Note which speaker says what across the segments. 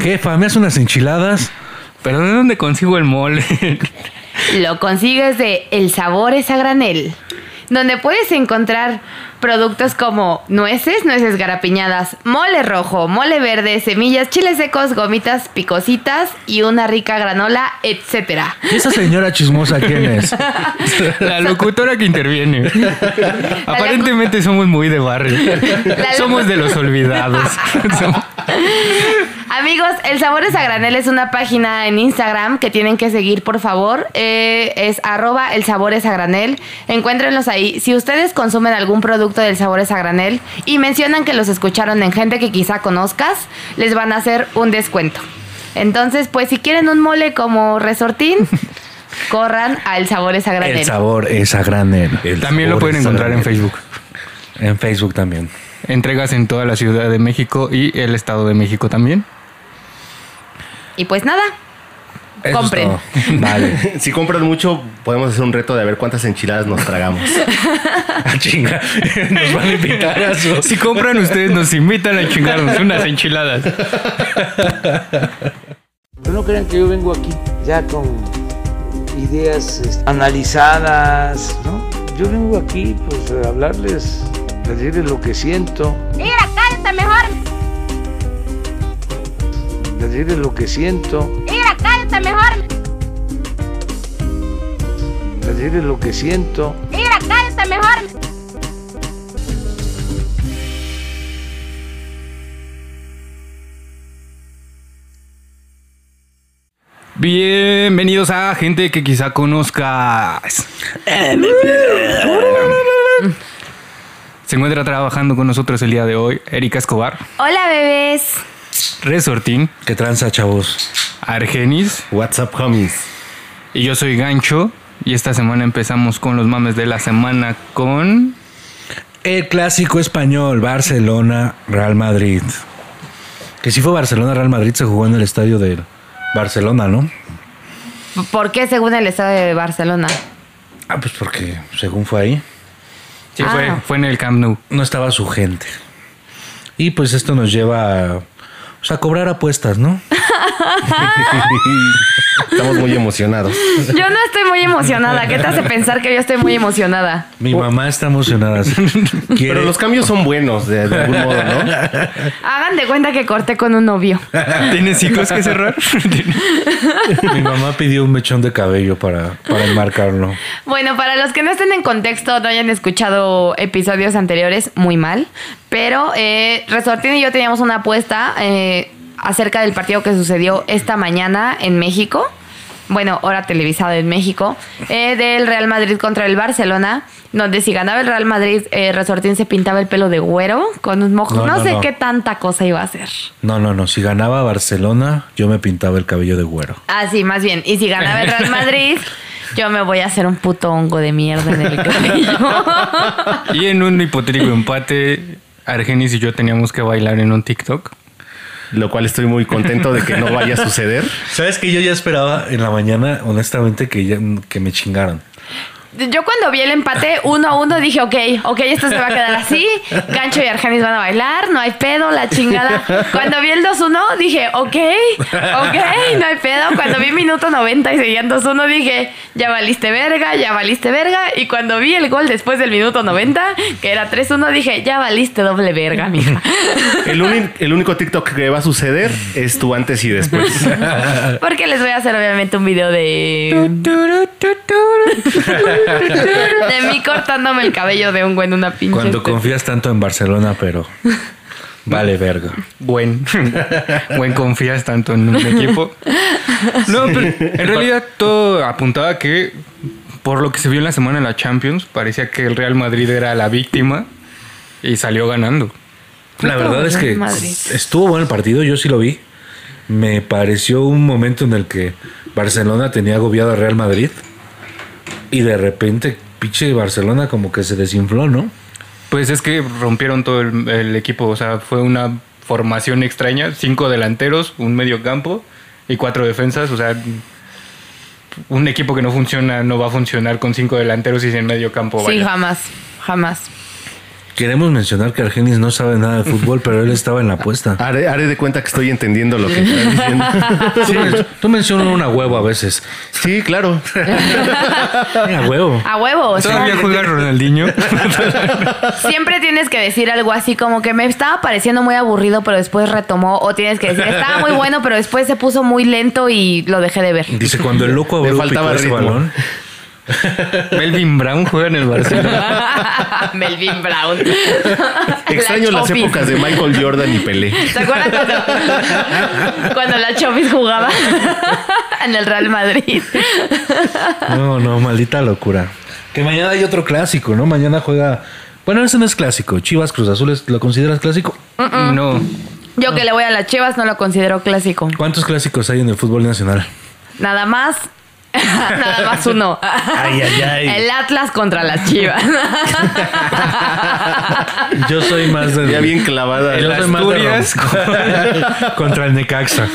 Speaker 1: Jefa, me hace unas enchiladas.
Speaker 2: Pero ¿de dónde consigo el mole?
Speaker 3: Lo consigues de El Sabor es a Granel, donde puedes encontrar productos como nueces, nueces garapiñadas, mole rojo, mole verde, semillas, chiles secos, gomitas picositas y una rica granola, etcétera.
Speaker 1: ¿Y esa señora chismosa quién es?
Speaker 2: La locutora que interviene. Aparentemente somos muy de barrio.
Speaker 3: La
Speaker 2: Somos de los olvidados. Somos-
Speaker 3: Amigos, El Sabor es a Granel es una página en Instagram que tienen que seguir, por favor. Eh, es arroba El Sabor es a Granel. Encuéntrenlos ahí. Si ustedes consumen algún producto del Sabor es a Granel y mencionan que los escucharon en gente que quizá conozcas, les van a hacer un descuento. Entonces, pues si quieren un mole como resortín, corran a El Sabor es a Granel.
Speaker 1: El sabor es a granel. El
Speaker 2: También lo
Speaker 1: sabor
Speaker 2: pueden
Speaker 1: es a
Speaker 2: encontrar en
Speaker 1: granel.
Speaker 2: Facebook.
Speaker 1: En Facebook también.
Speaker 2: Entregas en toda la Ciudad de México y el Estado de México también.
Speaker 3: Y pues nada,
Speaker 1: Eso es
Speaker 3: Compren.
Speaker 1: todo. Vale.
Speaker 4: Si compran mucho, podemos hacer un reto de a ver cuántas enchiladas nos tragamos.
Speaker 1: Ah, Chinga. Nos van a invitar a su.
Speaker 2: Si compran ustedes, nos invitan a chingarnos unas enchiladas.
Speaker 5: Pero no crean que yo vengo aquí ya con ideas este, analizadas, ¿no? Yo vengo aquí pues a hablarles, a decirles lo que siento,
Speaker 6: Mira, cállate mejor.
Speaker 5: a decirles lo que siento,
Speaker 6: Mira, cállate mejor.
Speaker 5: a decirles lo que siento.
Speaker 6: Mira, cállate mejor.
Speaker 2: Bienvenidos a gente que quizá conozcas. Se encuentra trabajando con nosotros el día de hoy Erika Escobar,
Speaker 3: hola bebés.
Speaker 2: Resortín,
Speaker 1: Qué tranza, chavos.
Speaker 2: Argenis
Speaker 4: WhatsApp homies.
Speaker 2: y yo soy Gancho. Y esta semana empezamos con los mames de la semana con...
Speaker 1: El clásico español, Barcelona, Real Madrid. Que si fue Barcelona, Real Madrid, se jugó en el estadio de Barcelona, ¿no?
Speaker 3: ¿Por qué según el estado de Barcelona?
Speaker 1: Ah, pues porque según fue ahí,
Speaker 2: Sí,
Speaker 3: Ah.
Speaker 2: fue, fue en el Camp Nou.
Speaker 1: no estaba su gente. Y pues esto nos lleva a, pues, a cobrar apuestas, ¿no?
Speaker 4: Estamos muy emocionados.
Speaker 3: Yo no estoy muy emocionada. ¿Qué te hace pensar que yo estoy muy emocionada?
Speaker 1: Mi mamá está emocionada. Quiere-
Speaker 4: Pero los cambios son buenos, de, de algún modo, ¿no?
Speaker 3: Hagan de cuenta que corté con un novio.
Speaker 2: ¿Tienes hijos que cerrar?
Speaker 1: Mi mamá pidió un mechón de cabello para, para enmarcarlo.
Speaker 3: Bueno, para los que no estén en contexto, no hayan escuchado episodios anteriores, muy mal. Pero eh, Resortín y yo teníamos una apuesta eh, acerca del partido que sucedió esta mañana en México. Bueno, hora televisada en México, eh, del Real Madrid contra el Barcelona, donde si ganaba el Real Madrid, eh, Resortín se pintaba el pelo de güero con un mojo. No,
Speaker 1: No, no,
Speaker 3: sé
Speaker 1: no.
Speaker 3: qué tanta cosa iba a hacer.
Speaker 1: No, no, no. Si ganaba Barcelona, yo me pintaba el cabello de güero.
Speaker 3: Ah, sí, más bien. Y si ganaba el Real Madrid, yo me voy a hacer un puto hongo de mierda en el cabello.
Speaker 2: y en un hipotético empate, Argenis y yo teníamos que bailar en un TikTok.
Speaker 4: Lo cual estoy muy contento de que no vaya a suceder.
Speaker 1: Sabes que yo ya esperaba en la mañana, honestamente, que, ya- que me chingaran.
Speaker 3: Yo cuando vi el empate uno a uno dije, ok, ok, esto se va a quedar así. Gancho y Argenis van a bailar, no hay pedo, la chingada. Cuando vi el 2-1 dije, ok, ok, no hay pedo. Cuando vi minuto 90 y seguían 2-1 dije, ya valiste verga, ya valiste verga. Y cuando vi el gol después del minuto 90, que era 3-1, dije, ya valiste doble verga, mija.
Speaker 4: El, uni- el único TikTok que va a suceder es tu antes y después.
Speaker 3: Porque les voy a hacer obviamente un video de... De mí cortándome el cabello de un güey en una pinche... este,
Speaker 1: Cuando confías tanto en Barcelona, pero vale verga.
Speaker 2: Buen. Buen confías tanto en un equipo. No, pero en realidad todo apuntaba a que por lo que se vio en la semana en la Champions, parecía que el Real Madrid era la víctima y salió ganando.
Speaker 1: La verdad es que
Speaker 3: Madrid.
Speaker 1: estuvo bueno el partido, yo sí lo vi. Me pareció un momento en el que Barcelona tenía agobiado a Real Madrid y de repente pinche Barcelona como que se desinfló, ¿no?
Speaker 2: Pues es que rompieron todo el, el equipo, o sea, fue una formación extraña, cinco delanteros, un medio campo y cuatro defensas, o sea, un equipo que no funciona no va a funcionar con cinco delanteros y sin medio campo.
Speaker 3: Sí,
Speaker 2: vaya.
Speaker 3: jamás, jamás.
Speaker 1: Queremos mencionar que Argenis no sabe nada de fútbol, pero él estaba en la apuesta.
Speaker 4: Haré, haré de cuenta que estoy entendiendo lo que está diciendo.
Speaker 1: Tú, men- tú mencionas una huevo a veces.
Speaker 4: Sí, claro.
Speaker 1: Una huevo.
Speaker 3: A huevo, o sea,
Speaker 2: Todavía juega Ronaldinho.
Speaker 3: siempre tienes que decir algo así como que me estaba pareciendo muy aburrido, pero después retomó. O tienes que decir, estaba muy bueno, pero después se puso muy lento y lo dejé de ver.
Speaker 1: Dice, cuando el loco
Speaker 4: Le
Speaker 1: abrió
Speaker 4: faltaba
Speaker 1: picó ese
Speaker 4: ritmo.
Speaker 1: balón.
Speaker 2: Melvin Brown juega en el Barcelona.
Speaker 3: Melvin Brown.
Speaker 4: Extraño
Speaker 3: La
Speaker 4: las
Speaker 3: Chofis.
Speaker 4: épocas de Michael Jordan y Pelé.
Speaker 3: ¿Se acuerdan cuando, cuando la Chofis jugaba en el Real Madrid?
Speaker 1: No, no, maldita locura. Que mañana hay otro clásico, ¿no? Mañana juega. Bueno, ese no es clásico. Chivas Cruz Azul, ¿es- ¿lo consideras clásico?
Speaker 2: No.
Speaker 3: Yo que le voy a las Chivas no lo considero clásico.
Speaker 1: ¿Cuántos clásicos hay en el fútbol nacional?
Speaker 3: Nada más. Nada más uno.
Speaker 1: Ay, ay, ay.
Speaker 3: El Atlas contra las Chivas.
Speaker 1: Yo soy más de.
Speaker 4: Ya bien clavada.
Speaker 1: Yo soy más de
Speaker 2: Asturias.
Speaker 1: Rom- contra el Necaxa.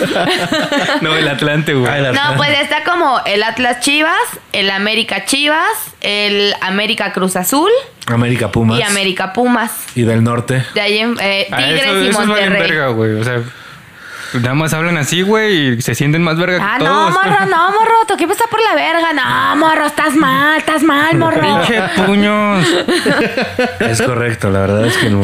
Speaker 2: No, el Atlante,
Speaker 1: Ah,
Speaker 2: güey.
Speaker 1: el
Speaker 3: No,
Speaker 1: Atlante.
Speaker 3: pues está como el Atlas Chivas, el América Chivas, el América Cruz Azul
Speaker 1: América Pumas.
Speaker 3: y América Pumas.
Speaker 1: Y del norte.
Speaker 3: De ahí en eh,
Speaker 2: Ah,
Speaker 3: Tigres
Speaker 2: eso-
Speaker 3: y
Speaker 2: esos valen
Speaker 3: Monterrey.
Speaker 2: verga, güey. O sea, nada más hablan así, güey, y se sienten más verga
Speaker 3: Ah,
Speaker 2: que
Speaker 3: no,
Speaker 2: todos.
Speaker 3: morro, no, morro, tu equipo está por la verga. No, morro, estás mal, estás mal, morro.
Speaker 2: Pinche puños.
Speaker 1: Es correcto, la verdad es que no.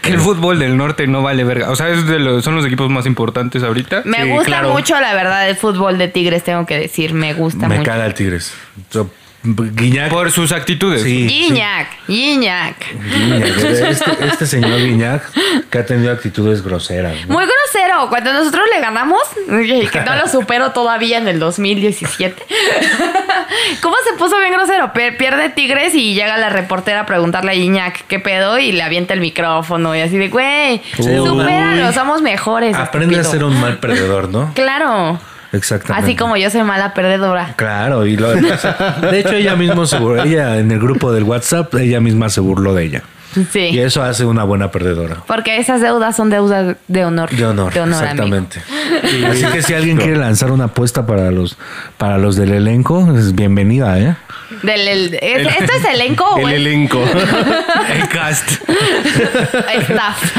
Speaker 2: Que el fútbol del norte no vale verga. O sea, es de los, son los equipos más importantes ahorita.
Speaker 3: Me
Speaker 4: Sí,
Speaker 3: gusta
Speaker 4: claro.
Speaker 3: mucho, la verdad, el fútbol de Tigres, tengo que decir, me gusta
Speaker 1: Me
Speaker 3: mucho.
Speaker 1: caga el Tigres. Yo- Guiñac.
Speaker 2: Por sus actitudes.
Speaker 1: Sí, sí.
Speaker 3: Iñak, Iñak.
Speaker 1: Guiñac. Este, este señor Guiñac que ha tenido actitudes groseras. ¿no?
Speaker 3: Muy grosero. Cuando nosotros le ganamos, que no lo supero todavía en el 2017. ¿Cómo se puso bien grosero? Pe- Pierde Tigres y llega la reportera a preguntarle a Iñak qué pedo y le avienta el micrófono y así de, güey,
Speaker 1: Uy.
Speaker 3: supéralo, somos mejores.
Speaker 1: Aprende a ser
Speaker 3: estúpido".
Speaker 1: un mal perdedor, ¿no?
Speaker 3: Claro.
Speaker 1: Exactamente.
Speaker 3: Así como yo soy mala perdedora.
Speaker 1: Claro, y lo de hecho ella misma se burló, ella en el grupo del WhatsApp, ella misma se burló de ella. Y
Speaker 3: Sí.
Speaker 1: eso hace una buena perdedora.
Speaker 3: Porque esas deudas son deudas de honor.
Speaker 1: De honor,
Speaker 3: amigo.
Speaker 1: exactamente. Así que si alguien quiere lanzar una apuesta para los para los del elenco, es bienvenida, ¿eh?
Speaker 3: Del- el- ¿es- ¿Esto es elenco o
Speaker 4: El
Speaker 3: es
Speaker 4: elenco.
Speaker 2: El cast
Speaker 3: staff?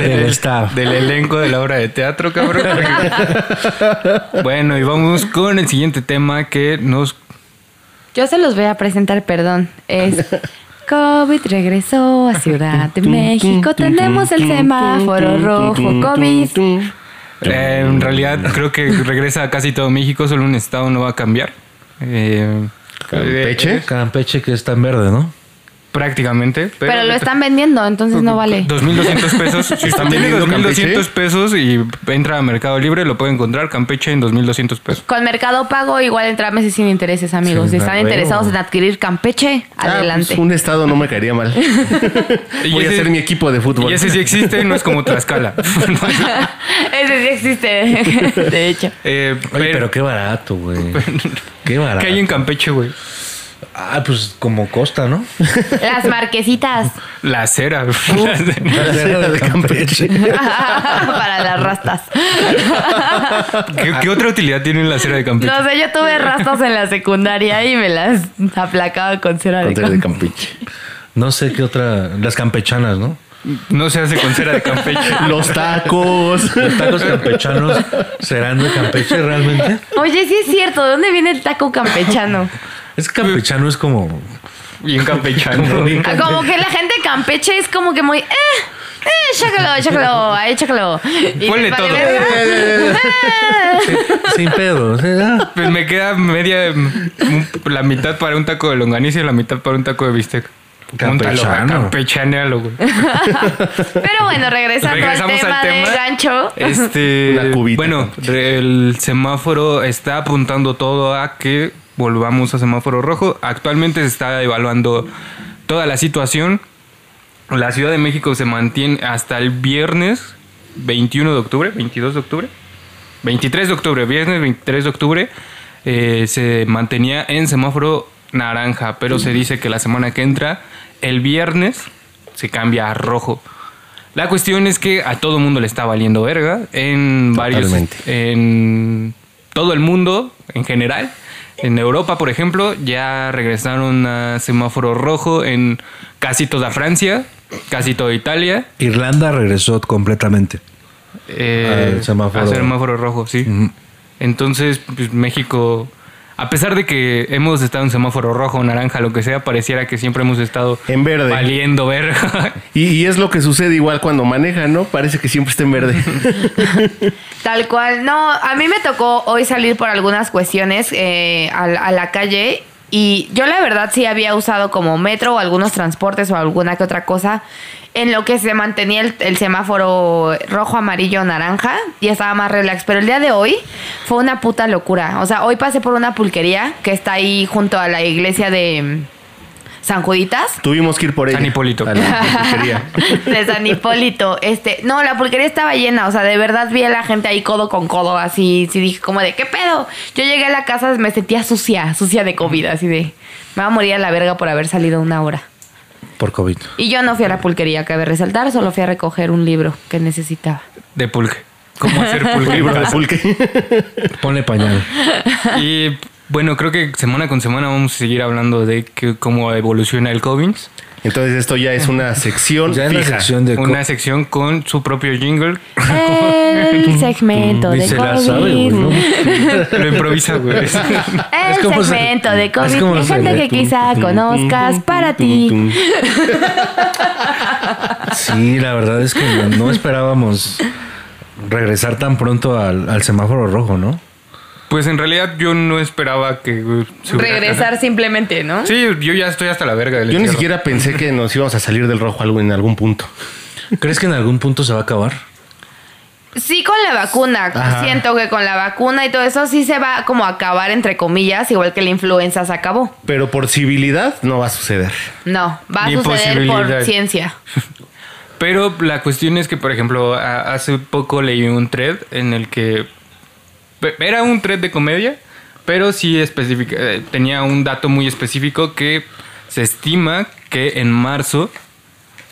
Speaker 1: De- del staff.
Speaker 2: del elenco de la obra de teatro, cabrón. bueno, y vamos con el siguiente tema que nos.
Speaker 3: Yo se los voy a presentar, perdón. Es COVID regresó a Ciudad de México. Tenemos el semáforo rojo COVID.
Speaker 2: eh, en realidad, creo que regresa a casi todo México, solo un estado no va a cambiar. Eh,
Speaker 4: Campeche.
Speaker 1: Campeche que está en verde, ¿no?
Speaker 2: prácticamente.
Speaker 3: Pero lo están vendiendo, entonces no vale.
Speaker 2: 2200 pesos. Si usted
Speaker 4: ¿Están
Speaker 2: tiene
Speaker 4: vendiendo
Speaker 2: 2200 pesos y entra a Mercado Libre, lo puede encontrar Campeche en 2200 pesos.
Speaker 3: Con Mercado Pago igual entra meses sin intereses, amigos.
Speaker 1: Sí,
Speaker 3: si están
Speaker 1: a huevo.
Speaker 3: interesados en adquirir Campeche,
Speaker 4: Ah,
Speaker 3: adelante.
Speaker 4: pues un estado no me caería mal.
Speaker 2: Y
Speaker 4: Voy a
Speaker 2: ese-
Speaker 4: hacer mi equipo de fútbol.
Speaker 2: Y ese sí existe, no es como Tlaxcala.
Speaker 3: Ese sí existe, de hecho.
Speaker 2: Eh,
Speaker 1: Oye, pero,
Speaker 2: pero,
Speaker 1: qué barato, güey. Qué barato.
Speaker 2: ¿qué hay en Campeche, güey?
Speaker 1: Ah, pues como costa, ¿no?
Speaker 3: Las marquesitas
Speaker 2: La acera.
Speaker 1: La
Speaker 4: Era de Campeche.
Speaker 3: para las rastas.
Speaker 2: ¿Qué, qué otra utilidad tiene la acera de Campeche?
Speaker 3: No sé, yo tuve rastas en la secundaria y me las aplacaba con cera de
Speaker 4: Contra el de
Speaker 3: Campeche.
Speaker 4: Campeche.
Speaker 1: No sé qué otra. Las campechanas, ¿no?
Speaker 2: No se hace con cera de Campeche.
Speaker 4: Los tacos.
Speaker 1: Los tacos campechanos serán de Campeche realmente.
Speaker 3: Oye, sí es cierto, ¿de dónde viene el taco campechano?
Speaker 1: Es que campechano es como.
Speaker 2: Bien campechano.
Speaker 3: Ah, Como que la gente de campeche es como que muy... Eh, eh, chácalo, chácalo, ahí chácalo. Y
Speaker 2: Ponle
Speaker 3: les vale
Speaker 2: todo.
Speaker 3: verga.
Speaker 1: sin pedos. ¿eh? Ah,
Speaker 2: Pues me queda media. mm, La mitad para un taco de longaniza y la mitad para un taco de bistec.
Speaker 1: Campechano.
Speaker 2: Móntalo, Campechanealo, güey.
Speaker 3: Pero bueno, regresando al
Speaker 2: Regresamos
Speaker 3: tema,
Speaker 2: al tema.
Speaker 3: de gancho.
Speaker 2: Este,
Speaker 4: Una cubita.
Speaker 2: Bueno, re- el semáforo está apuntando todo a que volvamos a semáforo rojo. Actualmente se está evaluando toda la situación. La Ciudad de México se mantiene hasta el viernes 21 de octubre, 22 de octubre, 23 de octubre, viernes 23 de octubre, eh, se mantenía en semáforo naranja, pero se dice que la semana que entra, el viernes, se cambia a rojo. La cuestión es que a todo mundo le está valiendo verga en varios
Speaker 4: Totalmente.
Speaker 2: en todo el mundo en general. En Europa, por ejemplo, ya regresaron a semáforo rojo en casi toda Francia, casi toda Italia.
Speaker 1: Irlanda regresó completamente.
Speaker 2: eh,
Speaker 1: Al semáforo.
Speaker 2: al semáforo rojo, sí.
Speaker 1: Ujú.
Speaker 2: Entonces, pues, México, a pesar de que hemos estado en semáforo rojo, naranja, lo que sea, pareciera que siempre hemos estado
Speaker 4: En verde.
Speaker 2: valiendo verga.
Speaker 4: Y, y es lo que sucede igual cuando manejan, ¿no? Parece que siempre está en verde.
Speaker 3: Tal cual. No, a mí me tocó hoy salir por algunas cuestiones eh, a, la- a la calle y yo la verdad sí había usado como metro o algunos transportes o alguna que otra cosa en lo que se mantenía el, el semáforo rojo, amarillo, naranja y estaba más relax. Pero el día de hoy fue una puta locura. O sea, hoy pasé por una pulquería que está ahí junto a la iglesia de mm, San Juditas.
Speaker 4: Tuvimos que ir por ella.
Speaker 2: San Hipólito.
Speaker 4: A la pulquería.
Speaker 3: de San Hipólito. Este, no, la pulquería estaba llena, o sea, de verdad vi a la gente ahí codo con codo, así, sí dije como de, ¿qué pedo? Yo llegué a la casa, me sentía sucia, sucia de COVID, así de, me va a morir a la verga por haber salido una hora.
Speaker 1: Por COVID.
Speaker 3: Y yo no fui a la pulquería, cabe resaltar, solo fui a recoger un libro que necesitaba.
Speaker 2: De pulque. ¿Cómo hacer
Speaker 4: Un
Speaker 2: pulque? en
Speaker 4: libro de
Speaker 2: casa?
Speaker 4: pulque.
Speaker 1: Ponle pañal.
Speaker 2: y bueno, creo que semana con semana vamos a seguir hablando de que- cómo evoluciona el Covins.
Speaker 4: Entonces esto ya es una sección
Speaker 1: Ya en la
Speaker 4: fija.
Speaker 1: sección de
Speaker 2: Una sección con su propio jingle.
Speaker 3: El segmento
Speaker 1: Ni
Speaker 3: de
Speaker 1: se la sabe, güey, ¿no?
Speaker 3: COVID.
Speaker 2: Lo improvisa, güey.
Speaker 1: Es como
Speaker 3: El
Speaker 1: se-
Speaker 3: segmento de
Speaker 1: es como
Speaker 3: COVID. Hay
Speaker 1: se-
Speaker 3: gente que quizá conozcas para ti.
Speaker 1: Sí, la verdad es que no, no esperábamos regresar tan pronto al, al semáforo rojo, ¿no?
Speaker 2: Pues en realidad yo no esperaba que uh, se hubiera-
Speaker 3: Regresar simplemente, ¿no?
Speaker 2: Sí, yo ya estoy hasta la verga del
Speaker 4: Yo ni
Speaker 2: encierro.
Speaker 4: siquiera pensé que nos íbamos a salir del rojo algo en algún punto.
Speaker 1: ¿Crees que en algún punto se va a acabar?
Speaker 3: Sí, con la vacuna.
Speaker 4: Ajá.
Speaker 3: Siento que con la vacuna y todo eso sí se va como a acabar, entre comillas, igual que la influenza se acabó.
Speaker 4: Pero por civilidad no va a suceder.
Speaker 3: No, va a
Speaker 2: Ni
Speaker 3: suceder
Speaker 2: posibilidad.
Speaker 3: por ciencia.
Speaker 2: Pero la cuestión es que, por ejemplo, a- hace poco leí un thread en el que pe- era un thread de comedia, pero sí especifica- eh, tenía un dato muy específico que se estima que en marzo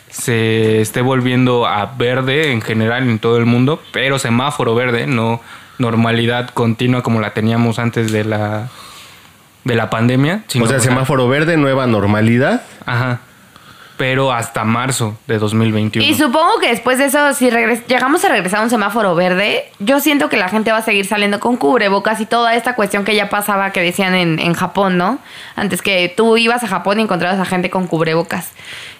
Speaker 2: se esté volviendo a verde en general en todo el mundo, pero semáforo verde, no normalidad continua como la teníamos antes de la de la pandemia, sino
Speaker 4: o sea, semáforo verde, nueva normalidad.
Speaker 2: Ajá. Pero hasta marzo de 2021.
Speaker 3: Y supongo que después de eso, si regres- llegamos a regresar a un semáforo verde, yo siento que la gente va a seguir saliendo con cubrebocas y toda esta cuestión que ya pasaba que decían en, en Japón, ¿no? Antes que tú ibas a Japón y encontrabas a gente con cubrebocas.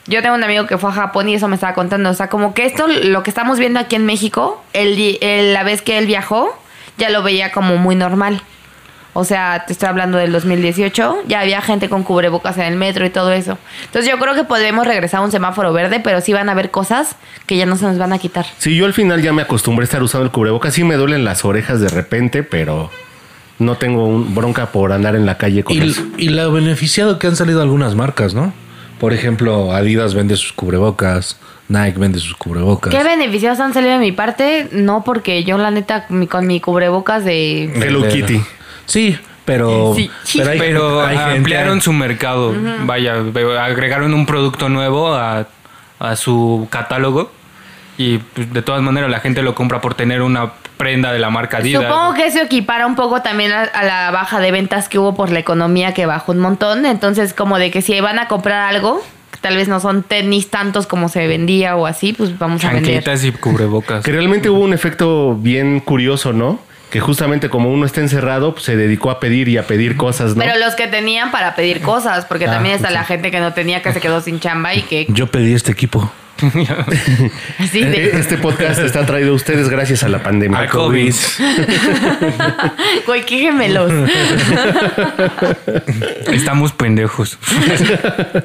Speaker 3: Yo tengo un amigo que fue a Japón y eso me estaba contando. O sea, como que esto, lo que estamos viendo aquí en México, el di- el- la vez que él viajó, ya lo veía como muy normal. O sea, te estoy hablando del 2018, ya había gente con cubrebocas en el metro y todo eso. Entonces yo creo que podemos regresar a un semáforo verde, pero sí van a haber cosas que ya no se nos van a quitar.
Speaker 4: Sí, yo al final ya me acostumbré a estar usando el cubrebocas. Sí me duelen las orejas de repente, pero no tengo un bronca por andar en la calle con
Speaker 1: Y,
Speaker 4: eso.
Speaker 1: y lo beneficiado que han salido algunas marcas, ¿no? Por ejemplo, Adidas vende sus cubrebocas, Nike vende sus cubrebocas.
Speaker 3: ¿Qué beneficios han salido de mi parte? No, porque yo la neta mi- con mi cubrebocas de...
Speaker 4: Hello
Speaker 1: Vende-
Speaker 4: Kitty.
Speaker 1: Sí, pero,
Speaker 3: Sí, sí.
Speaker 1: pero hay,
Speaker 2: pero
Speaker 1: hay gente-
Speaker 2: ampliaron su mercado. Vaya, ve- agregaron un producto nuevo a, a su catálogo. Y pues, de todas maneras la gente lo compra por tener una prenda de la marca Adidas.
Speaker 3: Supongo que eso equipara un poco también a, a la baja de ventas que hubo por la economía que bajó un montón. Entonces como de que si van a comprar algo, que tal vez no son tenis tantos como se vendía o así, pues vamos a vender.
Speaker 2: Chanquetas y cubrebocas.
Speaker 4: Que realmente hubo un efecto bien curioso, ¿no? Que justamente como uno está encerrado, pues, se dedicó a pedir y a pedir cosas, ¿no? Ah,
Speaker 3: Pero los que tenían para pedir cosas, porque también está la gente que no tenía, que se quedó sin chamba y que
Speaker 1: Yo pedí este equipo.
Speaker 3: así
Speaker 4: Eh,
Speaker 3: de,
Speaker 4: Este podcast está traído a ustedes gracias a la pandemia.
Speaker 2: Al COVID.
Speaker 3: güey, qué gemelos.
Speaker 2: Estamos pendejos.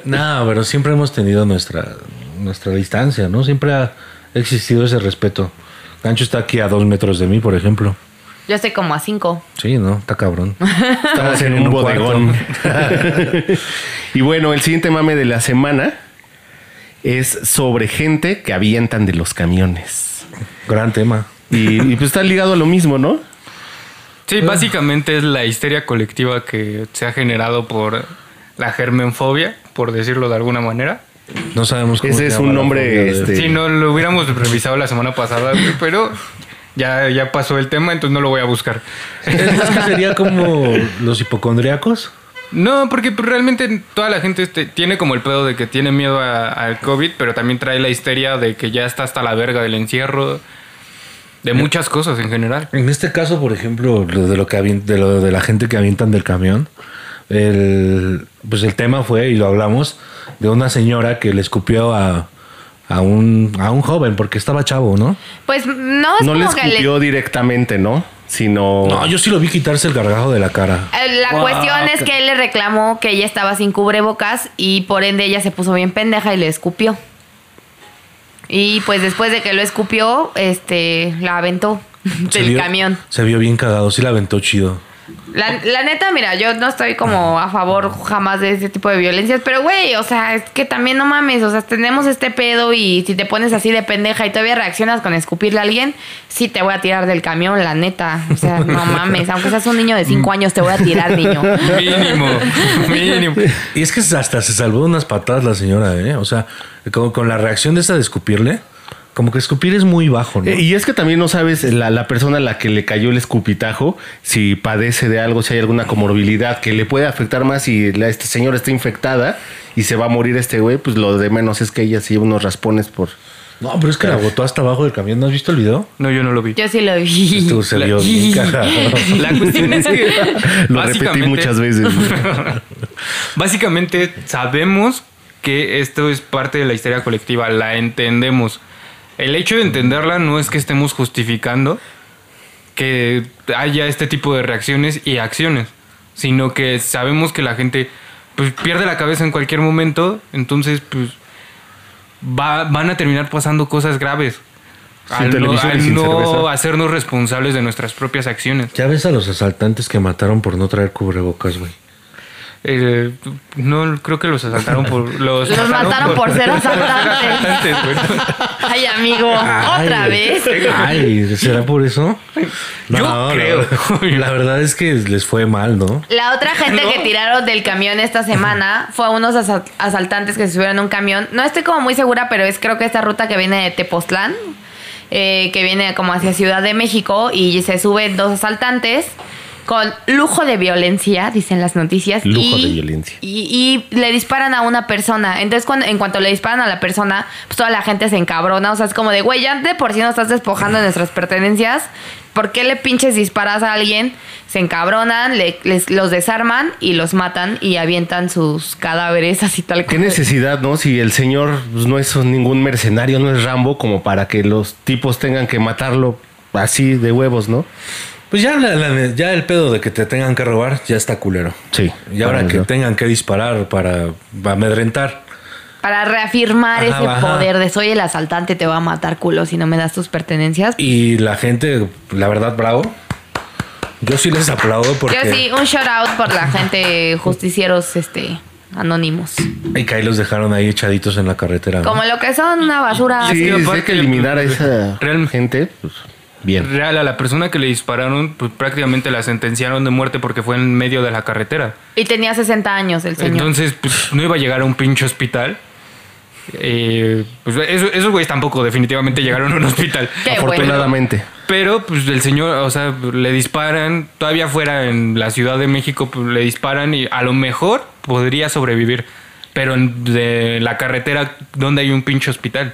Speaker 1: No, pero siempre hemos tenido nuestra, nuestra distancia, ¿no? Siempre ha existido ese respeto. Gancho está aquí a dos metros de mí, por ejemplo.
Speaker 3: Yo estoy como a cinco.
Speaker 1: Sí, ¿no? Está cabrón.
Speaker 4: Estamos en un bodegón. y bueno, el siguiente mame de la semana es sobre gente que avientan de los camiones.
Speaker 1: Gran tema.
Speaker 4: Y, y, pues está ligado a lo mismo, ¿no?
Speaker 2: Sí, básicamente es la histeria colectiva que se ha generado por la germenfobia, por decirlo de alguna manera.
Speaker 1: No sabemos cómo
Speaker 4: Ese
Speaker 1: se
Speaker 4: es
Speaker 1: llama
Speaker 4: un
Speaker 1: la
Speaker 4: nombre,
Speaker 1: fobia de-
Speaker 4: este, Sí.
Speaker 2: Si no lo hubiéramos revisado la semana pasada, güey, pero ya, ya pasó el tema, entonces no lo voy a buscar.
Speaker 1: Es que sería como los hipocondriacos.
Speaker 2: No, porque pues, realmente toda la gente este- tiene como el pedo de que tiene miedo a- al COVID, pero también trae la histeria de que ya está hasta la verga del encierro, de muchas cosas en general.
Speaker 1: En este caso, por ejemplo, lo de lo que avien- de lo de la gente que avientan del camión, el, pues el tema fue y lo hablamos de una señora que le escupió a, a un a un joven porque estaba chavo, ¿no?
Speaker 3: Pues no es
Speaker 4: No le
Speaker 3: como que le-
Speaker 4: escupió directamente, ¿no? Sino.
Speaker 1: No, yo sí lo vi quitarse el gargajo de la cara.
Speaker 3: Eh, La cuestión es que él le reclamó que ella estaba sin cubrebocas y por ende ella se puso bien pendeja y le escupió. Y pues después de que lo escupió, este, la aventó
Speaker 1: Se
Speaker 3: del
Speaker 1: vio-
Speaker 3: camión.
Speaker 1: Se vio bien cagado, sí la aventó chido.
Speaker 3: La, la neta, mira, yo no estoy como a favor jamás de ese tipo de violencias, pero güey, o sea, es que también no mames, o sea, tenemos este pedo y si te pones así de pendeja y todavía reaccionas con escupirle a alguien, sí te voy a tirar del camión, la neta. O sea, no mames, aunque seas un niño de cinco años, te voy a tirar, niño.
Speaker 2: Mínimo, mínimo.
Speaker 1: Y es que hasta se salvó de unas patadas la señora, ¿eh? O sea, con, con la reacción de esa de escupirle, como que escupir es muy bajo, ¿no?
Speaker 4: Eh, Y es que también no sabes la, la persona a la que le cayó el escupitajo, si padece de algo, si hay alguna comorbilidad que le puede afectar más y la, esta señora está infectada y se va a morir este güey, pues lo de menos es que ella se lleva unos raspones por...
Speaker 1: No, pero es que la botó hasta abajo del camión. ¿No has visto el video?
Speaker 2: No, yo no lo vi.
Speaker 3: Yo sí lo vi.
Speaker 1: Tú se vio bien cagado.
Speaker 2: La cuestión es que
Speaker 4: Lo repetí
Speaker 2: básicamente-
Speaker 4: muchas veces.
Speaker 2: Básicamente sabemos que esto es parte de la histeria colectiva, la entendemos. El hecho de entenderla no es que estemos justificando que haya este tipo de reacciones y acciones, sino que sabemos que la gente pues, pierde la cabeza en cualquier momento, entonces pues va- van a terminar pasando cosas graves.
Speaker 4: Sin
Speaker 2: al no-
Speaker 4: televisión y
Speaker 2: al
Speaker 4: sin
Speaker 2: no
Speaker 4: cerveza.
Speaker 2: hacernos responsables de nuestras propias acciones.
Speaker 1: Ya ves a los asaltantes que mataron por no traer cubrebocas, güey.
Speaker 2: Eh, no, creo que los asaltaron por. Los,
Speaker 3: Los mataron por ser
Speaker 2: asaltantes,
Speaker 3: asaltantes.
Speaker 2: güey.
Speaker 3: Ay, amigo, otra
Speaker 1: Ay.
Speaker 3: vez.
Speaker 1: Ay, ¿será por eso?
Speaker 2: Yo creo.
Speaker 1: La, la verdad es que les fue mal, ¿no?
Speaker 3: La otra gente
Speaker 2: No.
Speaker 3: que tiraron del camión esta semana fue a unos asa- asaltantes que se subieron a un camión. No estoy como muy segura, pero es creo que esta ruta que viene de Tepoztlán, eh, que viene como hacia Ciudad de México, y se suben dos asaltantes con lujo de violencia, dicen las noticias.
Speaker 4: Lujo
Speaker 3: y-
Speaker 4: de violencia.
Speaker 3: Y, y le disparan a una persona. Entonces, cuando, en cuanto le disparan a la persona, pues toda la gente se encabrona. O sea, es como de, güey, ya de por si nos estás despojando de nuestras pertenencias. ¿Por qué le pinches disparas a alguien? Se encabronan, le- les, los desarman y los matan y avientan sus cadáveres así tal
Speaker 4: ¿Qué
Speaker 3: cual.
Speaker 4: necesidad, no? Si el señor pues, no es ningún mercenario, no es Rambo, como para que los tipos tengan que matarlo así de huevos, ¿no?
Speaker 1: Pues ya, la- la- ya el pedo de que te tengan que robar ya está culero.
Speaker 4: Sí.
Speaker 1: Y ahora
Speaker 4: Para
Speaker 1: que
Speaker 4: eso.
Speaker 1: tengan que disparar para amedrentar.
Speaker 3: Para reafirmar
Speaker 1: Ajá,
Speaker 3: ese
Speaker 1: ajá.
Speaker 3: poder de soy el asaltante, te va a matar culo si no me das tus pertenencias.
Speaker 1: Y la gente, la verdad, bravo. Yo sí les aplaudo porque...
Speaker 3: Yo sí, un shout out por la gente justicieros este anónimos.
Speaker 1: Y que ahí los dejaron ahí echaditos en la carretera. ¿no?
Speaker 3: Como lo que son una basura.
Speaker 2: Y
Speaker 4: Sí,
Speaker 2: es que
Speaker 4: si hay
Speaker 2: aparte,
Speaker 4: que eliminar a esa
Speaker 2: realmente-
Speaker 4: gente, pues bien.
Speaker 2: Real, a la persona que le dispararon, pues prácticamente la sentenciaron de muerte porque fue en medio de la carretera.
Speaker 3: Y tenía 60 años el señor.
Speaker 2: Entonces, pues no iba a llegar a un pinche hospital. Eh, pues eso- esos güeyes tampoco definitivamente llegaron a un hospital.
Speaker 3: Qué bueno.
Speaker 4: Afortunadamente.
Speaker 2: Pero pues el señor, o sea, le disparan, todavía fuera en la Ciudad de México, pues, le disparan y a lo mejor podría sobrevivir. Pero en de la carretera donde hay un pinche hospital.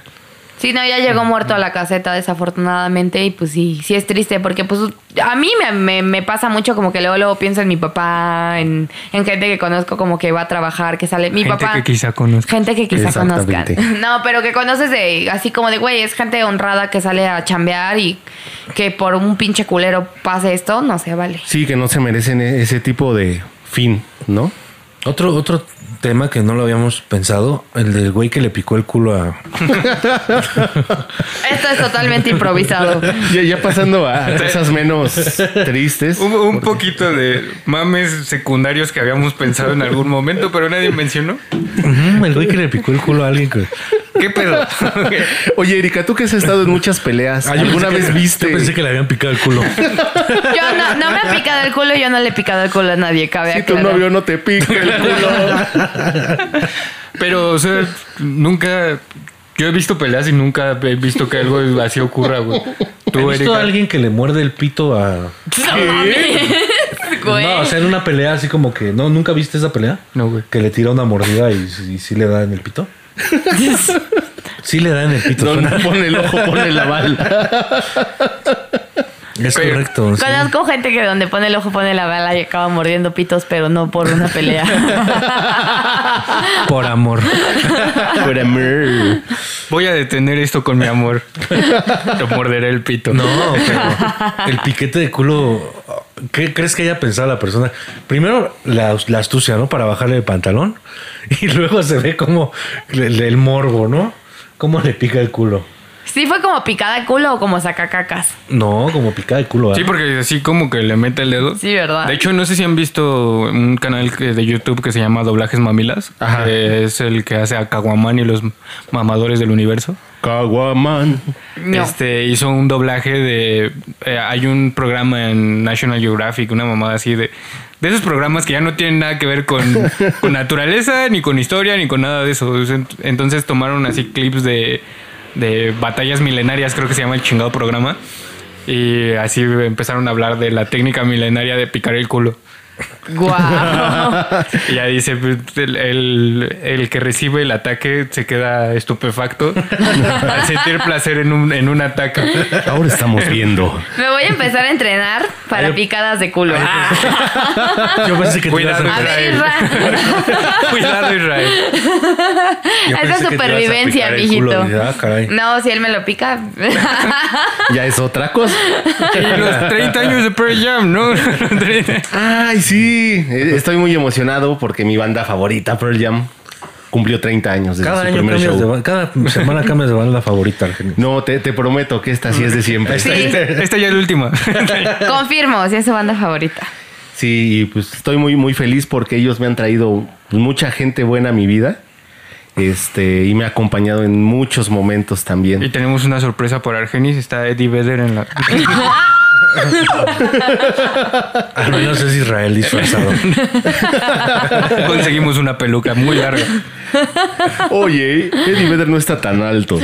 Speaker 3: Sí, no, ya llegó muerto a la caseta, desafortunadamente, y pues sí, sí es triste, porque pues a mí me, me- me pasa mucho como que luego, luego pienso en mi papá, en, en gente que conozco como que va a trabajar, que sale. Mi
Speaker 2: Gente
Speaker 3: papá.
Speaker 2: que quizá conozca.
Speaker 3: Gente que quizá conozcan.
Speaker 4: Exactamente.
Speaker 3: No, pero que conoces de, así como de, güey, es gente honrada que sale a chambear y que por un pinche culero pase esto, no se vale.
Speaker 4: Sí, que no se merecen e- ese tipo de fin, ¿no?
Speaker 1: Otro, otro tema que no lo habíamos pensado, el del güey que le picó el culo a...
Speaker 3: Esto es totalmente improvisado.
Speaker 4: Ya, ya pasando a cosas menos tristes.
Speaker 2: Un, un poquito de mames secundarios que habíamos pensado en algún momento, pero nadie mencionó.
Speaker 1: Ujú, Mm, el güey que le picó el culo a alguien que...
Speaker 2: ¿Qué pedo?
Speaker 4: Oye, Erika, tú que has estado en muchas peleas,
Speaker 1: Ah, yo
Speaker 4: ¿alguna
Speaker 1: pensé
Speaker 4: vez
Speaker 1: que-
Speaker 4: viste?
Speaker 1: Yo pensé que le habían picado el culo.
Speaker 3: Yo no, no me he picado el culo, yo no le he picado el culo a nadie, cabe
Speaker 4: si tu
Speaker 3: aclarar.
Speaker 4: novio no te pica el culo.
Speaker 2: Pero, o sea, nunca. Yo he visto peleas y nunca he visto que algo así ocurra, güey.
Speaker 1: ¿Tú
Speaker 2: Tú,
Speaker 1: has visto a
Speaker 2: Erika.
Speaker 1: alguien que le muerde el pito a...
Speaker 3: No mames. Güey.
Speaker 1: No, o sea, era una pelea así como que. ¿no? ¿Nunca viste esa pelea?
Speaker 2: No, güey.
Speaker 1: Que le tira una mordida y, y sí le da en el pito. Sí le da en el pito.
Speaker 4: Donde
Speaker 1: suena-
Speaker 4: pone el ojo, pone la bala.
Speaker 1: Es
Speaker 2: Pero-
Speaker 1: correcto. sí.
Speaker 3: Conozco gente que donde pone el ojo pone la bala y acaba mordiendo pitos, pero no por una pelea.
Speaker 1: Por amor.
Speaker 4: Pero, mer.
Speaker 2: Voy a detener esto con mi amor. Te morderé el pito.
Speaker 1: No, pero el piquete de culo. ¿Qué crees que haya pensado la persona? Primero la, la astucia, ¿no? Para bajarle el pantalón. Y luego se ve como el, el morbo, ¿no? Cómo le pica el culo.
Speaker 3: ¿Sí fue como picada culo o como sacacacas?
Speaker 1: No, como pica el culo. ¿ah?
Speaker 2: Sí, porque así como que le mete el dedo.
Speaker 3: Sí, ¿verdad?
Speaker 2: De hecho, no sé si han visto un canal que- de YouTube que se llama Doblajes Mamilas.
Speaker 4: Ajá.
Speaker 2: que es el que hace a Caguamán y los mamadores del universo.
Speaker 4: Caguaman.
Speaker 3: No.
Speaker 2: Este hizo un doblaje de. eh, hay un programa en National Geographic, una mamada así de. De esos programas que ya no tienen nada que ver con, con naturaleza, ni con historia, ni con nada de eso. Entonces tomaron así clips de, de batallas milenarias, creo que se llama el chingado programa. Y así empezaron a hablar de la técnica milenaria de picar el culo.
Speaker 3: Guau.
Speaker 2: Y ya dice, pues, el, el- el que recibe el ataque se queda estupefacto al sentir placer en un, en un ataque.
Speaker 4: Ahora estamos viendo.
Speaker 3: Me voy a empezar a entrenar para
Speaker 1: Ay,
Speaker 3: picadas de culo. Ah.
Speaker 1: Yo pensé que te
Speaker 2: Cuidado,
Speaker 1: ibas a-
Speaker 3: a ver,
Speaker 2: Israel.
Speaker 3: Ra-
Speaker 2: Cuidado, Israel.
Speaker 1: yo
Speaker 3: Esa
Speaker 1: pensé que te
Speaker 3: es
Speaker 1: ibas a
Speaker 3: supervivencia,
Speaker 1: picar el culo.
Speaker 3: mijito.
Speaker 1: Dije, ah, caray.
Speaker 3: No, si él me lo pica.
Speaker 4: Ya es otra cosa.
Speaker 2: Y los 30 años de Pearl Jam, ¿no?
Speaker 4: Ay, sí. Eh, Estoy muy emocionado porque mi banda favorita, Pearl Jam, cumplió 30 años desde
Speaker 1: Cada
Speaker 4: su
Speaker 1: año
Speaker 4: primer
Speaker 1: cambias
Speaker 4: show.
Speaker 1: de ba- cada semana cambias de banda favorita, Argenis.
Speaker 4: No, te, te prometo que esta sí es de siempre.
Speaker 3: Sí.
Speaker 2: Esta ya es la última.
Speaker 3: Confirmo, si es su banda favorita.
Speaker 4: Sí, y pues estoy muy, muy feliz porque ellos me han traído pues, mucha gente buena a mi vida. Este, y me ha acompañado en muchos momentos
Speaker 2: Y
Speaker 4: también.
Speaker 2: tenemos una sorpresa por Argenis. Está Eddie Vedder en la...
Speaker 1: Al menos es Israel disfrazado.
Speaker 2: Conseguimos una peluca muy larga.
Speaker 4: Oye, Eddie Vedder no está tan alto.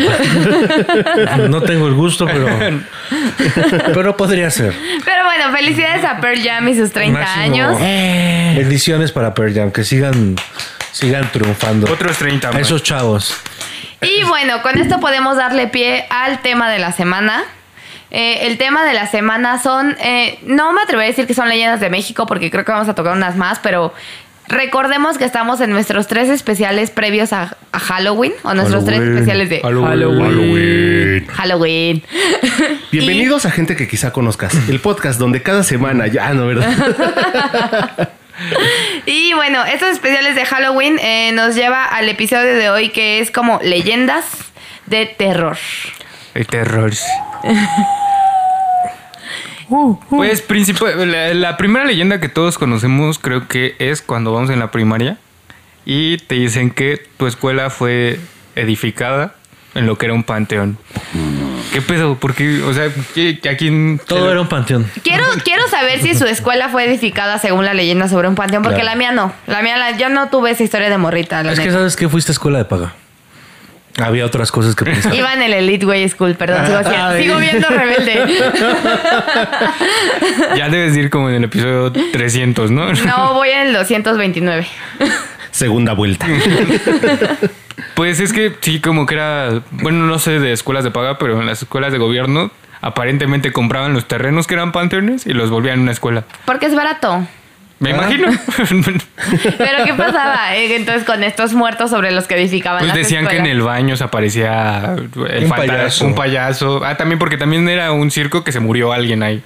Speaker 1: No tengo el gusto, pero. Pero podría ser.
Speaker 3: Pero bueno, felicidades a Pearl Jam y sus 30
Speaker 1: Máximo.
Speaker 3: años.
Speaker 1: Bendiciones para Pearl Jam, que sigan, sigan triunfando.
Speaker 2: Otros 30
Speaker 1: A
Speaker 2: más.
Speaker 1: esos chavos.
Speaker 3: Y bueno, con esto podemos darle pie al tema de la semana. Eh, el tema de la semana son, eh, no me atrevo a decir que son leyendas de México porque creo que vamos a tocar unas más, pero recordemos que estamos en nuestros tres especiales previos a, a Halloween o nuestros tres especiales de
Speaker 2: Halloween.
Speaker 3: Halloween.
Speaker 4: Bienvenidos a gente que quizá conozcas. El podcast donde cada semana ya, ah, no, ¿verdad?
Speaker 3: Y bueno, estos especiales de Halloween eh, nos lleva al episodio de hoy que es como leyendas de terror.
Speaker 2: El terror. Pues principal, la, la primera leyenda que todos conocemos creo que es cuando vamos en la primaria y te dicen que tu escuela fue edificada en lo que era un panteón. ¿Qué pedo? Porque, o sea, ¿qué- ¿a quién?
Speaker 1: Todo era un panteón.
Speaker 3: Quiero, quiero saber si su escuela fue edificada según la leyenda sobre un panteón, porque
Speaker 1: Claro.
Speaker 3: la mía no. La mía, la- yo no tuve esa historia de morrita. La
Speaker 1: Es que
Speaker 3: neta.
Speaker 1: sabes que fuiste a escuela de paga. Había otras cosas que pensar.
Speaker 3: Iba en el Elite Way School, perdón, sigo, siendo- sigo viendo rebelde.
Speaker 2: Ya debes ir como en el episodio 300, ¿no?
Speaker 3: No, voy en el 229.
Speaker 4: Segunda vuelta.
Speaker 2: Pues es que sí, como que era, bueno, no sé de escuelas de paga, pero en las escuelas de gobierno aparentemente compraban los terrenos que eran panteones y los volvían una escuela.
Speaker 3: Porque es barato.
Speaker 4: ¿Ah?
Speaker 2: Me imagino.
Speaker 3: Pero ¿qué pasaba? eh, entonces con estos muertos sobre los que edificaban
Speaker 2: pues
Speaker 3: las
Speaker 2: decían que en
Speaker 3: escuelas?
Speaker 2: el baño se aparecía el
Speaker 1: Un
Speaker 2: fanta-
Speaker 1: payaso.
Speaker 2: un payaso. Ah, también porque también era un circo que se murió alguien ahí.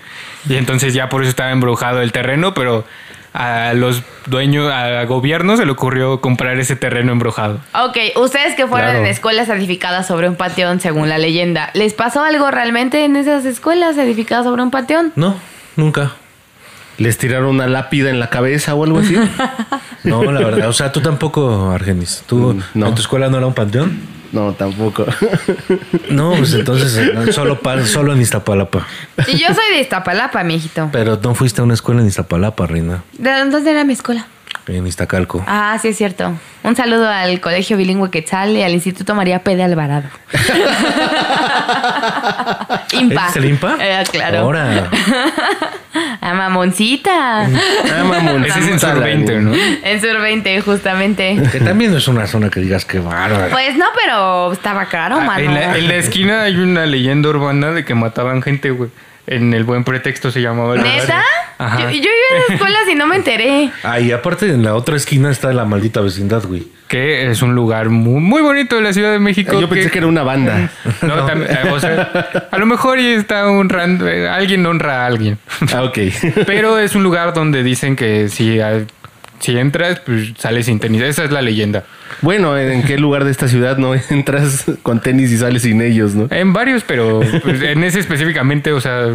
Speaker 2: Y entonces ya por eso estaba embrujado el terreno, pero a los dueños, a gobierno se le ocurrió comprar ese terreno embrujado.
Speaker 3: Ok, ustedes que fueron
Speaker 1: Claro.
Speaker 3: en escuelas edificadas sobre un panteón, según la leyenda, ¿les pasó algo realmente en esas escuelas edificadas sobre un panteón?
Speaker 1: No, nunca.
Speaker 4: ¿Les tiraron una lápida en la cabeza o algo así?
Speaker 1: No, la verdad. O sea, tú tampoco, Argenis. Tú
Speaker 4: Mm, no.
Speaker 1: en tu escuela no era un panteón.
Speaker 4: No, tampoco.
Speaker 1: No, pues entonces solo, pa- solo en Iztapalapa.
Speaker 3: Y yo soy de Iztapalapa, mijito.
Speaker 1: Pero no fuiste a una escuela en Iztapalapa, Reina.
Speaker 3: ¿De dónde era mi escuela?
Speaker 1: En Iztacalco.
Speaker 3: Ah, sí es cierto. Un saludo al Colegio Bilingüe Quetzal y al Instituto María P. de Alvarado. IMPA.
Speaker 1: ¿Es el IMPA?
Speaker 3: Eh, claro.
Speaker 1: Ahora.
Speaker 3: Además mamoncita.
Speaker 4: Ah, mamón.
Speaker 2: Ese es en
Speaker 4: Tala,
Speaker 2: Sur 20, ¿no?
Speaker 3: en Sur 20, justamente.
Speaker 1: Que también no es una zona que digas que bárbaro.
Speaker 3: Pues no, pero estaba caro,
Speaker 2: Ah, en,
Speaker 3: mano.
Speaker 2: la, en la esquina hay una leyenda urbana de que mataban gente, güey. En el buen pretexto se llamaba. el lugar.
Speaker 3: ¿Neta? Yo,
Speaker 2: Ajá.
Speaker 3: yo iba a la escuela y no me enteré.
Speaker 1: Ah, y aparte en la otra esquina está la maldita vecindad, güey.
Speaker 2: Que es un lugar muy, muy bonito de la Ciudad de México.
Speaker 4: Yo pensé que era una banda.
Speaker 2: No, tam- eh, o sea, a lo mejor ahí está un ran- eh, alguien honra a alguien.
Speaker 4: Ah, ok.
Speaker 2: Pero es un lugar donde dicen que si, ah, si entras, pues sales sin tenis. Esa es la leyenda.
Speaker 4: Bueno, ¿en qué lugar de esta ciudad no entras con tenis y sales sin ellos, no?
Speaker 2: En varios, pero pues, en ese específicamente, o sea,